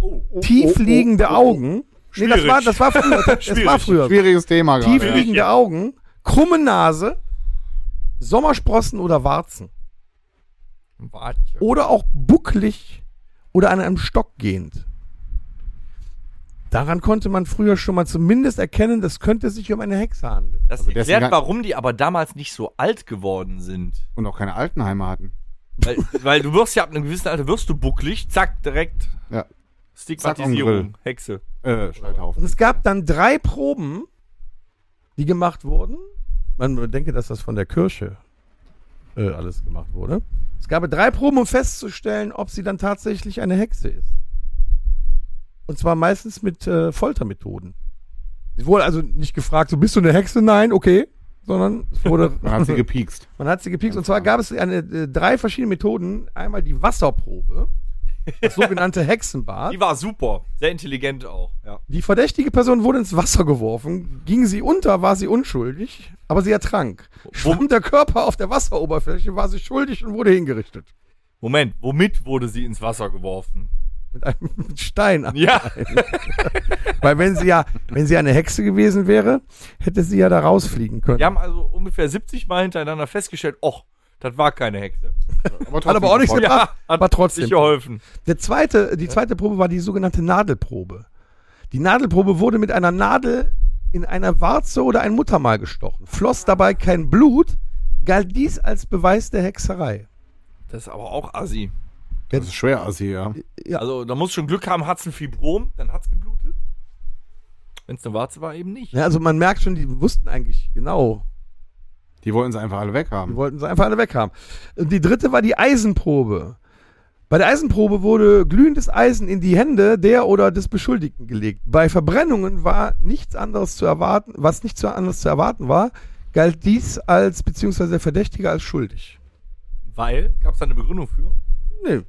Oh,
Tiefliegende Augen. Nee, das war, das war früher. Das war früher.
Schwieriges Thema gerade. Ja.
Tiefliegende Augen, krumme Nase, Sommersprossen oder Warzen.
Wartchen.
oder auch bucklig oder an einem Stock gehend. Daran konnte man früher schon mal zumindest erkennen, das könnte sich um eine Hexe handeln.
Das
deswegen
erklärt,
hat-
warum die aber damals nicht so alt geworden sind.
Und auch keine Altenheime hatten.
Weil, weil du wirst ja ab einem gewissen Alter, wirst du bucklig, zack, direkt
Ja. Zack, am
Stigmatisierung, Hexe.
Äh, Scheiterhaufen.
Und es gab dann drei Proben, die gemacht wurden. Man denke, dass das von der Kirche äh, alles gemacht wurde. Es gab drei Proben, um festzustellen, ob sie dann tatsächlich eine Hexe ist. Und zwar meistens mit äh, Foltermethoden. Sie wurde also nicht gefragt, so bist du eine Hexe? Nein, okay. Sondern es wurde.
Man hat sie gepiekst.
Man hat sie gepiekst. Und zwar gab es eine, äh, drei verschiedene Methoden. Einmal die Wasserprobe, das sogenannte Hexenbad.
Die war super, sehr intelligent auch. Ja.
Die verdächtige Person wurde ins Wasser geworfen. Ging sie unter, war sie unschuldig, aber sie ertrank. Schwamm der Körper auf der Wasseroberfläche, war sie schuldig und wurde hingerichtet.
Moment, womit wurde sie ins Wasser geworfen?
Mit einem Stein.
Ja,
Weil wenn sie ja, wenn sie eine Hexe gewesen wäre, hätte sie ja da rausfliegen können.
wir haben also ungefähr 70 Mal hintereinander festgestellt, och, das war keine Hexe.
hat aber auch nichts
gemacht.
gebracht, war trotzdem.
Nicht geholfen.
Der zweite, die zweite Probe war die sogenannte Nadelprobe. Die Nadelprobe wurde mit einer Nadel in einer Warze oder ein Muttermal gestochen. Floss dabei kein Blut, galt dies als Beweis der Hexerei.
Das ist aber auch assi.
Das ist schwer aus hier, ja.
Also da muss schon Glück haben, hat's ein Fibrom, dann hat's geblutet. Wenn es eine Warze war, eben nicht.
Ja, also man merkt schon, die wussten eigentlich genau.
Die wollten sie einfach alle
Die
weghaben.
wollten sie einfach alle weghaben. Und die dritte war die Eisenprobe. Bei der Eisenprobe wurde glühendes Eisen in die Hände der oder des Beschuldigten gelegt. Bei Verbrennungen war nichts anderes zu erwarten, was nichts anderes zu erwarten war, galt dies als, beziehungsweise der Verdächtige als schuldig.
Weil, gab's da eine Begründung für?
Nee.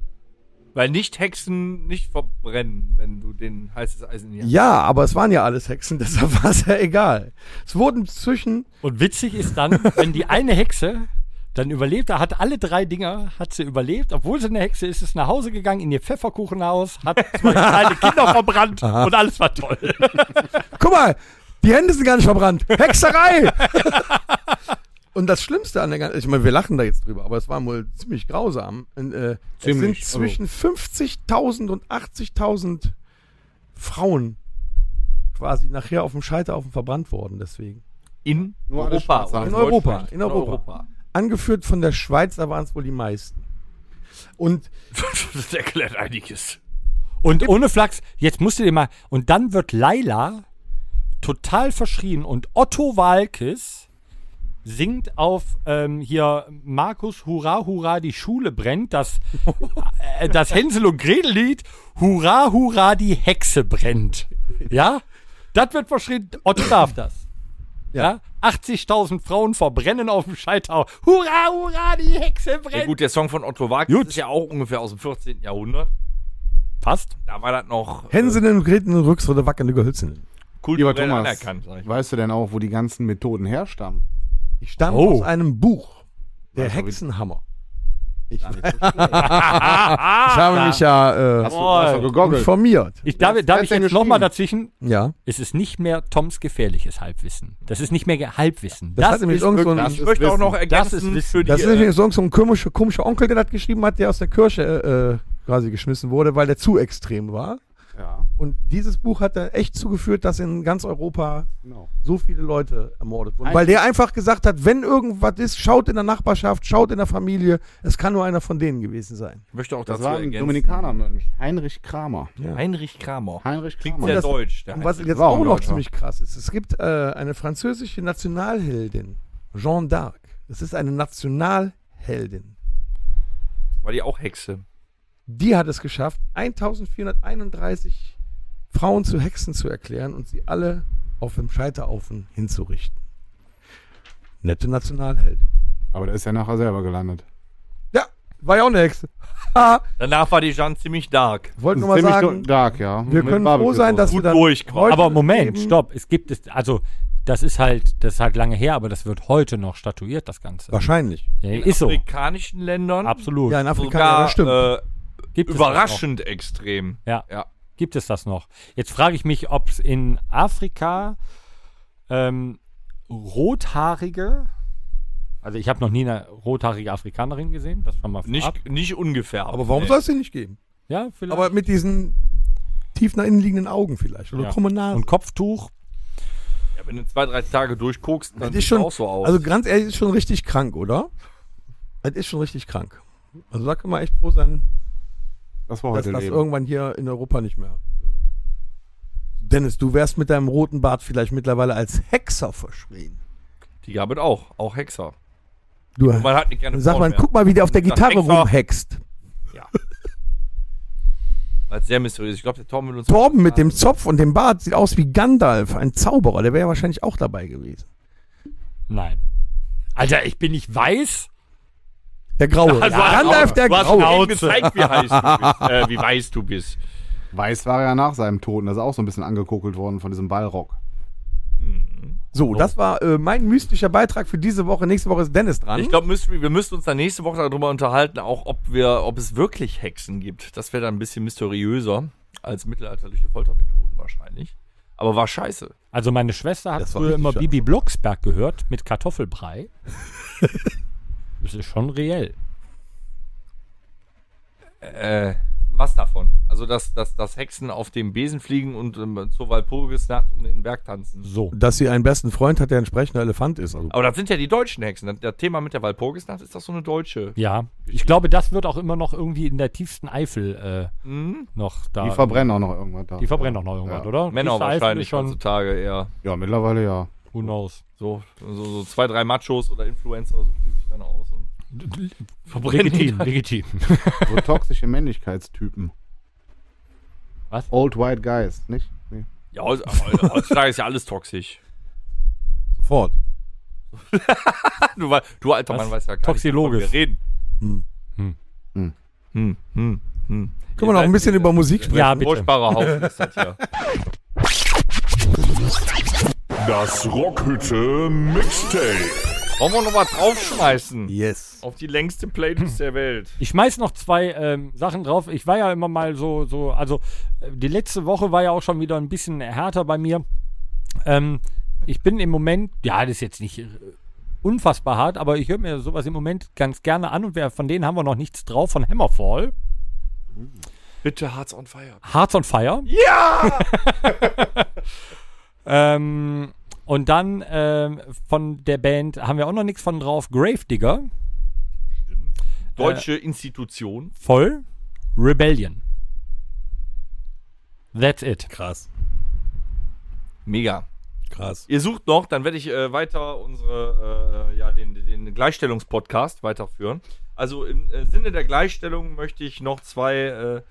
Weil nicht Hexen nicht verbrennen, wenn du den heißes Eisen in die Hand-
Ja, aber es waren ja alles Hexen, deshalb war es ja egal. Es wurden zwischen,
Und witzig ist dann, wenn die eine Hexe Dann überlebt er, hat alle drei Dinger, hat sie überlebt. Obwohl sie eine Hexe ist, ist nach Hause gegangen in ihr Pfefferkuchenhaus, hat zwei kleine Kinder verbrannt und alles war toll.
Guck mal, die Hände sind gar nicht verbrannt. Hexerei! Und das Schlimmste an der ganzen, ich meine, wir lachen da jetzt drüber, aber es war wohl ziemlich grausam. Und, äh,
Ziemlich,
es sind zwischen 50.000 und 80.000 Frauen quasi nachher auf dem Scheiterhaufen verbrannt worden, deswegen.
In
Nur alle
Europa.
Schwarze
oder
In
Deutschland.
Europa, in Europa. Angeführt von der Schweiz, da waren es wohl die meisten. Und
Das erklärt einiges.
Und ohne Flachs, jetzt musst du dir mal. Und dann wird Laila total verschrien und Otto Walkes singt auf ähm, hier Markus Hurra Hurra die Schule brennt das äh, das Hänsel und Gretel Lied Hurra Hurra die Hexe brennt ja das wird verschrien Otto darf das ja, 80.000 Frauen verbrennen auf dem Scheiterhaufen Hurra Hurra die Hexe brennt
Ja, gut, der Song von Otto Wagner ist ja auch ungefähr aus dem 14. Jahrhundert.
passt
Da war das noch
Hänsen und Greten und Rücksrode wackelnde Gehölzen.
Lieber
kulturell
Thomas,
anerkannt. Sag ich. mal.
Weißt du denn auch, wo die ganzen Methoden herstammen?
Ich stamme
Oh.
aus einem Buch. Der Hexenhammer. Ich, ich habe mich ja äh,
Hast du gegoggelt?
informiert.
ich darf, darf ich
denn
jetzt noch
geschrieben?
mal dazwischen
Ja.
Es ist nicht mehr Toms gefährliches Halbwissen. Das ist nicht mehr Ge- Halbwissen.
Das, hat nämlich irgend so ein,
das ist
Ich möchte auch
Wissen.
noch
Das ist
ergänzen
Wissen.
für die.
das ist
äh,
nämlich so so ein komischer, komischer Onkel, der das geschrieben hat, der aus der Kirche äh, äh, quasi geschmissen wurde, weil der zu extrem war.
Ja,
Und dieses Buch hat dann echt zugeführt, dass in ganz Europa
genau.
so viele Leute ermordet wurden. Weil der einfach gesagt hat, wenn irgendwas ist, schaut in der Nachbarschaft, schaut in der Familie, es kann nur einer von denen gewesen sein.
ich möchte auch
Das
dazu
war ein
ergänzen.
Dominikanermönch. Heinrich Kramer.
Heinrich Kramer.
Heinrich
Klingt
Kramer.
sehr
das-
deutsch. Der
Und was
Heinrich.
jetzt
war
auch
ein
noch
Deutscher.
ziemlich krass ist, es gibt äh, eine französische Nationalheldin, Jeanne d'Arc. Das ist eine Nationalheldin.
war die auch Hexe?
Die hat es geschafft, 1431 Frauen zu Hexen zu erklären und sie alle auf dem Scheiterhaufen hinzurichten. Nette Nationalheldin.
Aber der ist ja nachher selber gelandet.
Ja, war ja auch eine Hexe. Ah,
Danach war die Jeanne ziemlich dark.
wollte nur mal
Ziemlich
sagen,
do- dark, ja.
wir können froh sein, dass wir dann
durch quasi.
heute
aber Moment,
eben-
stopp. Es gibt es, also das ist halt, das ist halt lange her, aber das wird heute noch statuiert, das Ganze.
Wahrscheinlich.
Ja, ist so.
Afrikanischen Ländern
Absolut.
Ja, in Afrika, ja,
sogar
das stimmt.
äh,
gibt es
überraschend extrem.
Das noch? Ja.
Ja.
Gibt es das noch? Jetzt frage ich mich, ob es in Afrika ähm, rothaarige, also ich habe noch nie eine rothaarige Afrikanerin gesehen, das war mal vorab.
Nicht, nicht ungefähr.
aber warum soll es den nicht geben?
Ja, vielleicht.
Aber mit diesen tief nach innen liegenden Augen vielleicht. Oder
Ja.
krumme Nase.
Und Kopftuch.
Ja, wenn du zwei, drei Tage durchguckst, dann
Das ist
sieht's
schon,
auch so aus.
also ganz ehrlich, das ist schon richtig krank, oder? Das ist schon richtig krank. Also da kann man echt froh sein,
Das war
dass
heute
das
Leben.
irgendwann hier in Europa nicht mehr. Dennis, du wärst mit deinem roten Bart vielleicht mittlerweile als Hexer verschrien.
die gab es auch. Auch Hexer.
Du,
Man hat nicht gerne
sag mal,
Frauen mehr,
guck mal, wie der auf der
Sag
Gitarre
Hexer.
rumhext.
Weil es sehr mysteriös. Ich glaube, der Tom will uns.
Torben mit dem Zopf und dem Bart sieht aus wie Gandalf, ein Zauberer. Der wäre ja wahrscheinlich auch dabei gewesen.
Nein. Alter, ich bin nicht weiß.
Der Graue. Gandalf, der
du hast
Graue.
mir eben gezeigt, wie heiß du bist. Äh, wie weiß du bist.
Weiß war er ja nach seinem Tod und das ist auch so ein bisschen angekokelt worden von diesem Ballrock.
So, das war äh, mein mystischer Beitrag für diese Woche. Nächste Woche ist Dennis dran.
Ich glaube, müssen wir, wir müssen uns dann nächste Woche darüber unterhalten, auch ob wir, ob es wirklich Hexen gibt. Das wäre dann ein bisschen mysteriöser als mittelalterliche Foltermethoden wahrscheinlich. Aber war scheiße.
Also meine Schwester hat
Das war
früher
richtig
immer
scheiße.
Bibi Blocksberg gehört mit Kartoffelbrei. das ist schon reell.
Äh, was davon? Also, dass, dass, dass Hexen auf dem Besen fliegen und ähm, zur Walpurgisnacht um den Berg tanzen.
So.
dass sie einen besten Freund hat, der ein sprechender Elefant ist. Also,
Aber das sind ja die deutschen Hexen. Das, das Thema mit der Walpurgisnacht ist doch so eine deutsche.
Ja. Ich glaube, das wird auch immer noch irgendwie in der tiefsten Eifel äh,
Mhm.
noch da.
Die verbrennen auch noch irgendwas da.
Die verbrennen auch noch irgendwas,
Ja.
oder?
Männer
Tiefste Eifel
wahrscheinlich also
ist schon.
heutzutage eher.
Ja, mittlerweile ja.
Who knows?
So, so, so zwei, drei Machos oder Influencer suchen die sich dann aus. Und Verbrennen die
Legitim,
dann.
legitim.
So toxische Männlichkeitstypen.
Was?
Old White Guys, nicht? Nee.
ja, heutz- aber heutzutage ist ja alles toxisch.
sofort.
Du, wei- du alter
Was?
Mann weißt ja gar
Toxilogis.
nicht, wovon wir reden.
Hm.
Hm.
Hm.
Hm, hm, hm.
Können wir noch ein bisschen über Musik sprechen?
Ja,
Ein
bitte.
furchtbarer Haufen ist das hier.
Das Rockhütte Mixtape.
Wollen wir noch mal draufschmeißen?
Yes.
Auf die längste Playlist der Welt.
Ich schmeiß noch zwei ähm, Sachen drauf. Ich war ja immer mal so, so, also äh, die letzte Woche war ja auch schon wieder ein bisschen härter bei mir. Ähm, ich bin im Moment, ja, das ist jetzt nicht äh, unfassbar hart, aber ich höre mir sowas im Moment ganz gerne an und wir, von denen haben wir noch nichts drauf, von Hammerfall.
Bitte Hearts on Fire.
Hearts on Fire. Ja! ähm, und dann ähm, von der Band haben wir auch noch nichts von drauf. Gravedigger,
Deutsche Institution.
voll. Rebellion. That's it.
Krass.
Mega.
Krass.
Ihr sucht noch, dann werde ich äh, weiter unsere, äh, ja, den, den Gleichstellungspodcast weiterführen. Also im äh, Sinne der Gleichstellung möchte ich noch zwei, äh,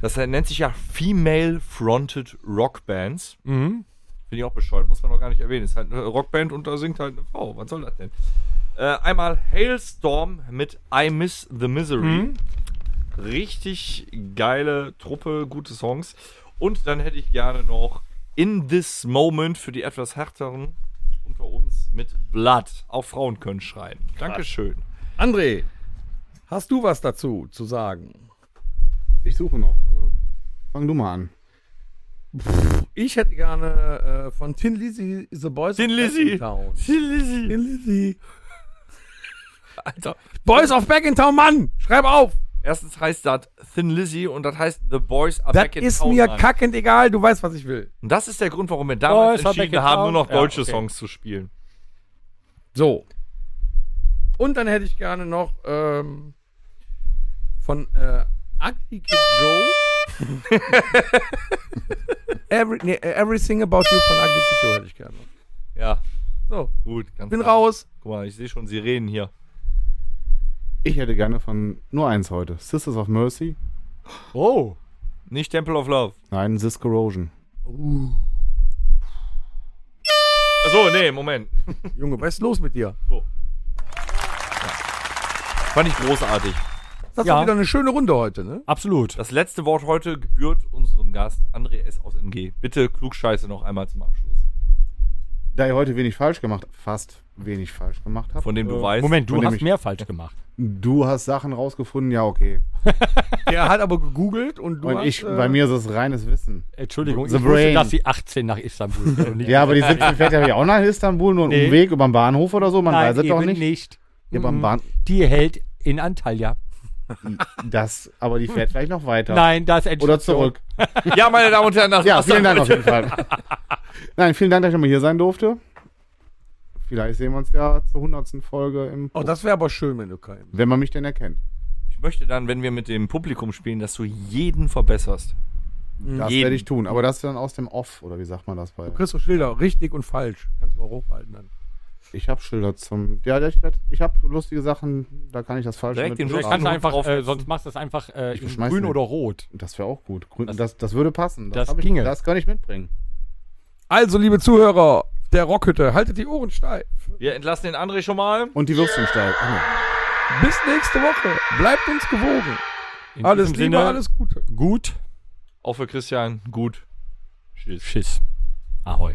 das nennt sich ja Female Fronted Rock Bands.
Mhm.
Finde ich auch bescheuert, muss man noch gar nicht erwähnen. Ist halt eine Rockband und da singt halt eine Frau. Was soll das denn? Äh, einmal Hailstorm mit I Miss the Misery. Richtig geile Truppe, gute Songs. Und dann hätte ich gerne noch In This Moment für die etwas härteren unter uns mit Blood. Auch Frauen können schreien. Dankeschön.
André, hast du was dazu zu sagen?
Ich suche noch. Fang du mal an.
Ich hätte gerne äh, von Tin Lizzy The Boys
Tin
of
Lizzy.
Town.
Lizzy.
Tin Lizzy.
Alter.
Boys of Town, Mann! Schreib auf!
Erstens heißt das Thin Lizzy und das heißt The Boys Are
Das
Back in
ist
Town,
mir
Mann.
kackend egal, du weißt, was ich will.
Und das ist der Grund, warum wir
Oh,
damals
ist er back
entschieden
in
haben,
town?
nur noch
Ja,
deutsche
okay.
Songs zu spielen.
So. Und dann hätte ich gerne noch ähm, von äh, Ugly Kid Joe. Every, nee, everything About You von Ugly Kid Joe hätte ich gerne. noch.
Ja,
So,
gut. Ganz
bin
klar.
raus.
Guck mal, ich sehe schon Sirenen hier.
Ich hätte gerne von nur eins heute. Sisters of Mercy.
Oh.
Nicht Temple of Love.
Nein, Sis Corrosion.
Achso, nee, Moment.
Junge, was ist los mit dir?
Fand ich großartig.
Das ist
Ja.
doch wieder eine schöne Runde heute, ne?
Absolut.
Das letzte Wort heute gebührt unserem Gast André S. aus MG. Bitte Klugscheiße noch einmal zum Abschluss.
Da ihr heute wenig falsch gemacht, fast wenig falsch gemacht habt.
Von dem du
äh,
weißt.
Moment, du
Von dem
hast
ich-
mehr falsch gemacht.
Du hast Sachen rausgefunden, ja, okay.
Der hat aber gegoogelt und du
Und
hast,
ich,
äh,
bei mir ist es reines Wissen.
Entschuldigung,
The
ich wusste,
Brain.
dass sie 18 nach Istanbul sind und nicht-
Ja, aber die 17 fährt ja auch nach Istanbul, nur einen
Nee.
Umweg über den Bahnhof oder so, man
Nein,
weiß es doch
eben
nicht.
nicht.
Ja, beim
Mhm.
Bahn
Die hält in Antalya.
das, aber die fährt vielleicht noch weiter.
Nein, das ist
Oder zurück.
ja, meine Damen und Herren, das
Ja,
war's
vielen
dann
Dank auf
heute.
jeden Fall. Nein, vielen Dank, dass ich nochmal hier sein durfte. Vielleicht sehen wir uns ja zur 100. Folge im.
Oh, das wäre aber schön, wenn du keinen.
Wenn man mich denn erkennt.
Ich möchte dann, wenn wir mit dem Publikum spielen, dass du jeden verbesserst.
Das
Jeden.
werde ich tun. Aber das dann aus dem Off, oder wie sagt man das bei.
Christoph Schilder, richtig und falsch. Kannst du mal hochhalten dann.
Ich habe Schilder zum. Ja, ich, werd- ich habe lustige Sachen, da kann ich das falsch
Direkt den
Sonst,
Job
kannst du
Hut
einfach, äh,
draufsetzen.
sonst machst du es einfach äh, in
schmeiß
grün
den.
oder rot.
Das wäre auch gut. Grün, das, das würde passen.
das
hab ich,
ginge.
Das kann ich mitbringen.
Also, liebe Zuhörer der Rockhütte, haltet die Ohren steif.
Wir entlassen den André schon mal.
Und die Würstchensteig. Ah,
Bis nächste Woche. Bleibt uns gewogen.
In
Alles
diesem
Liebe, alles Gute.
gut.
Auch für Christian. Gut. Tschüss.
Schiss. Ahoi.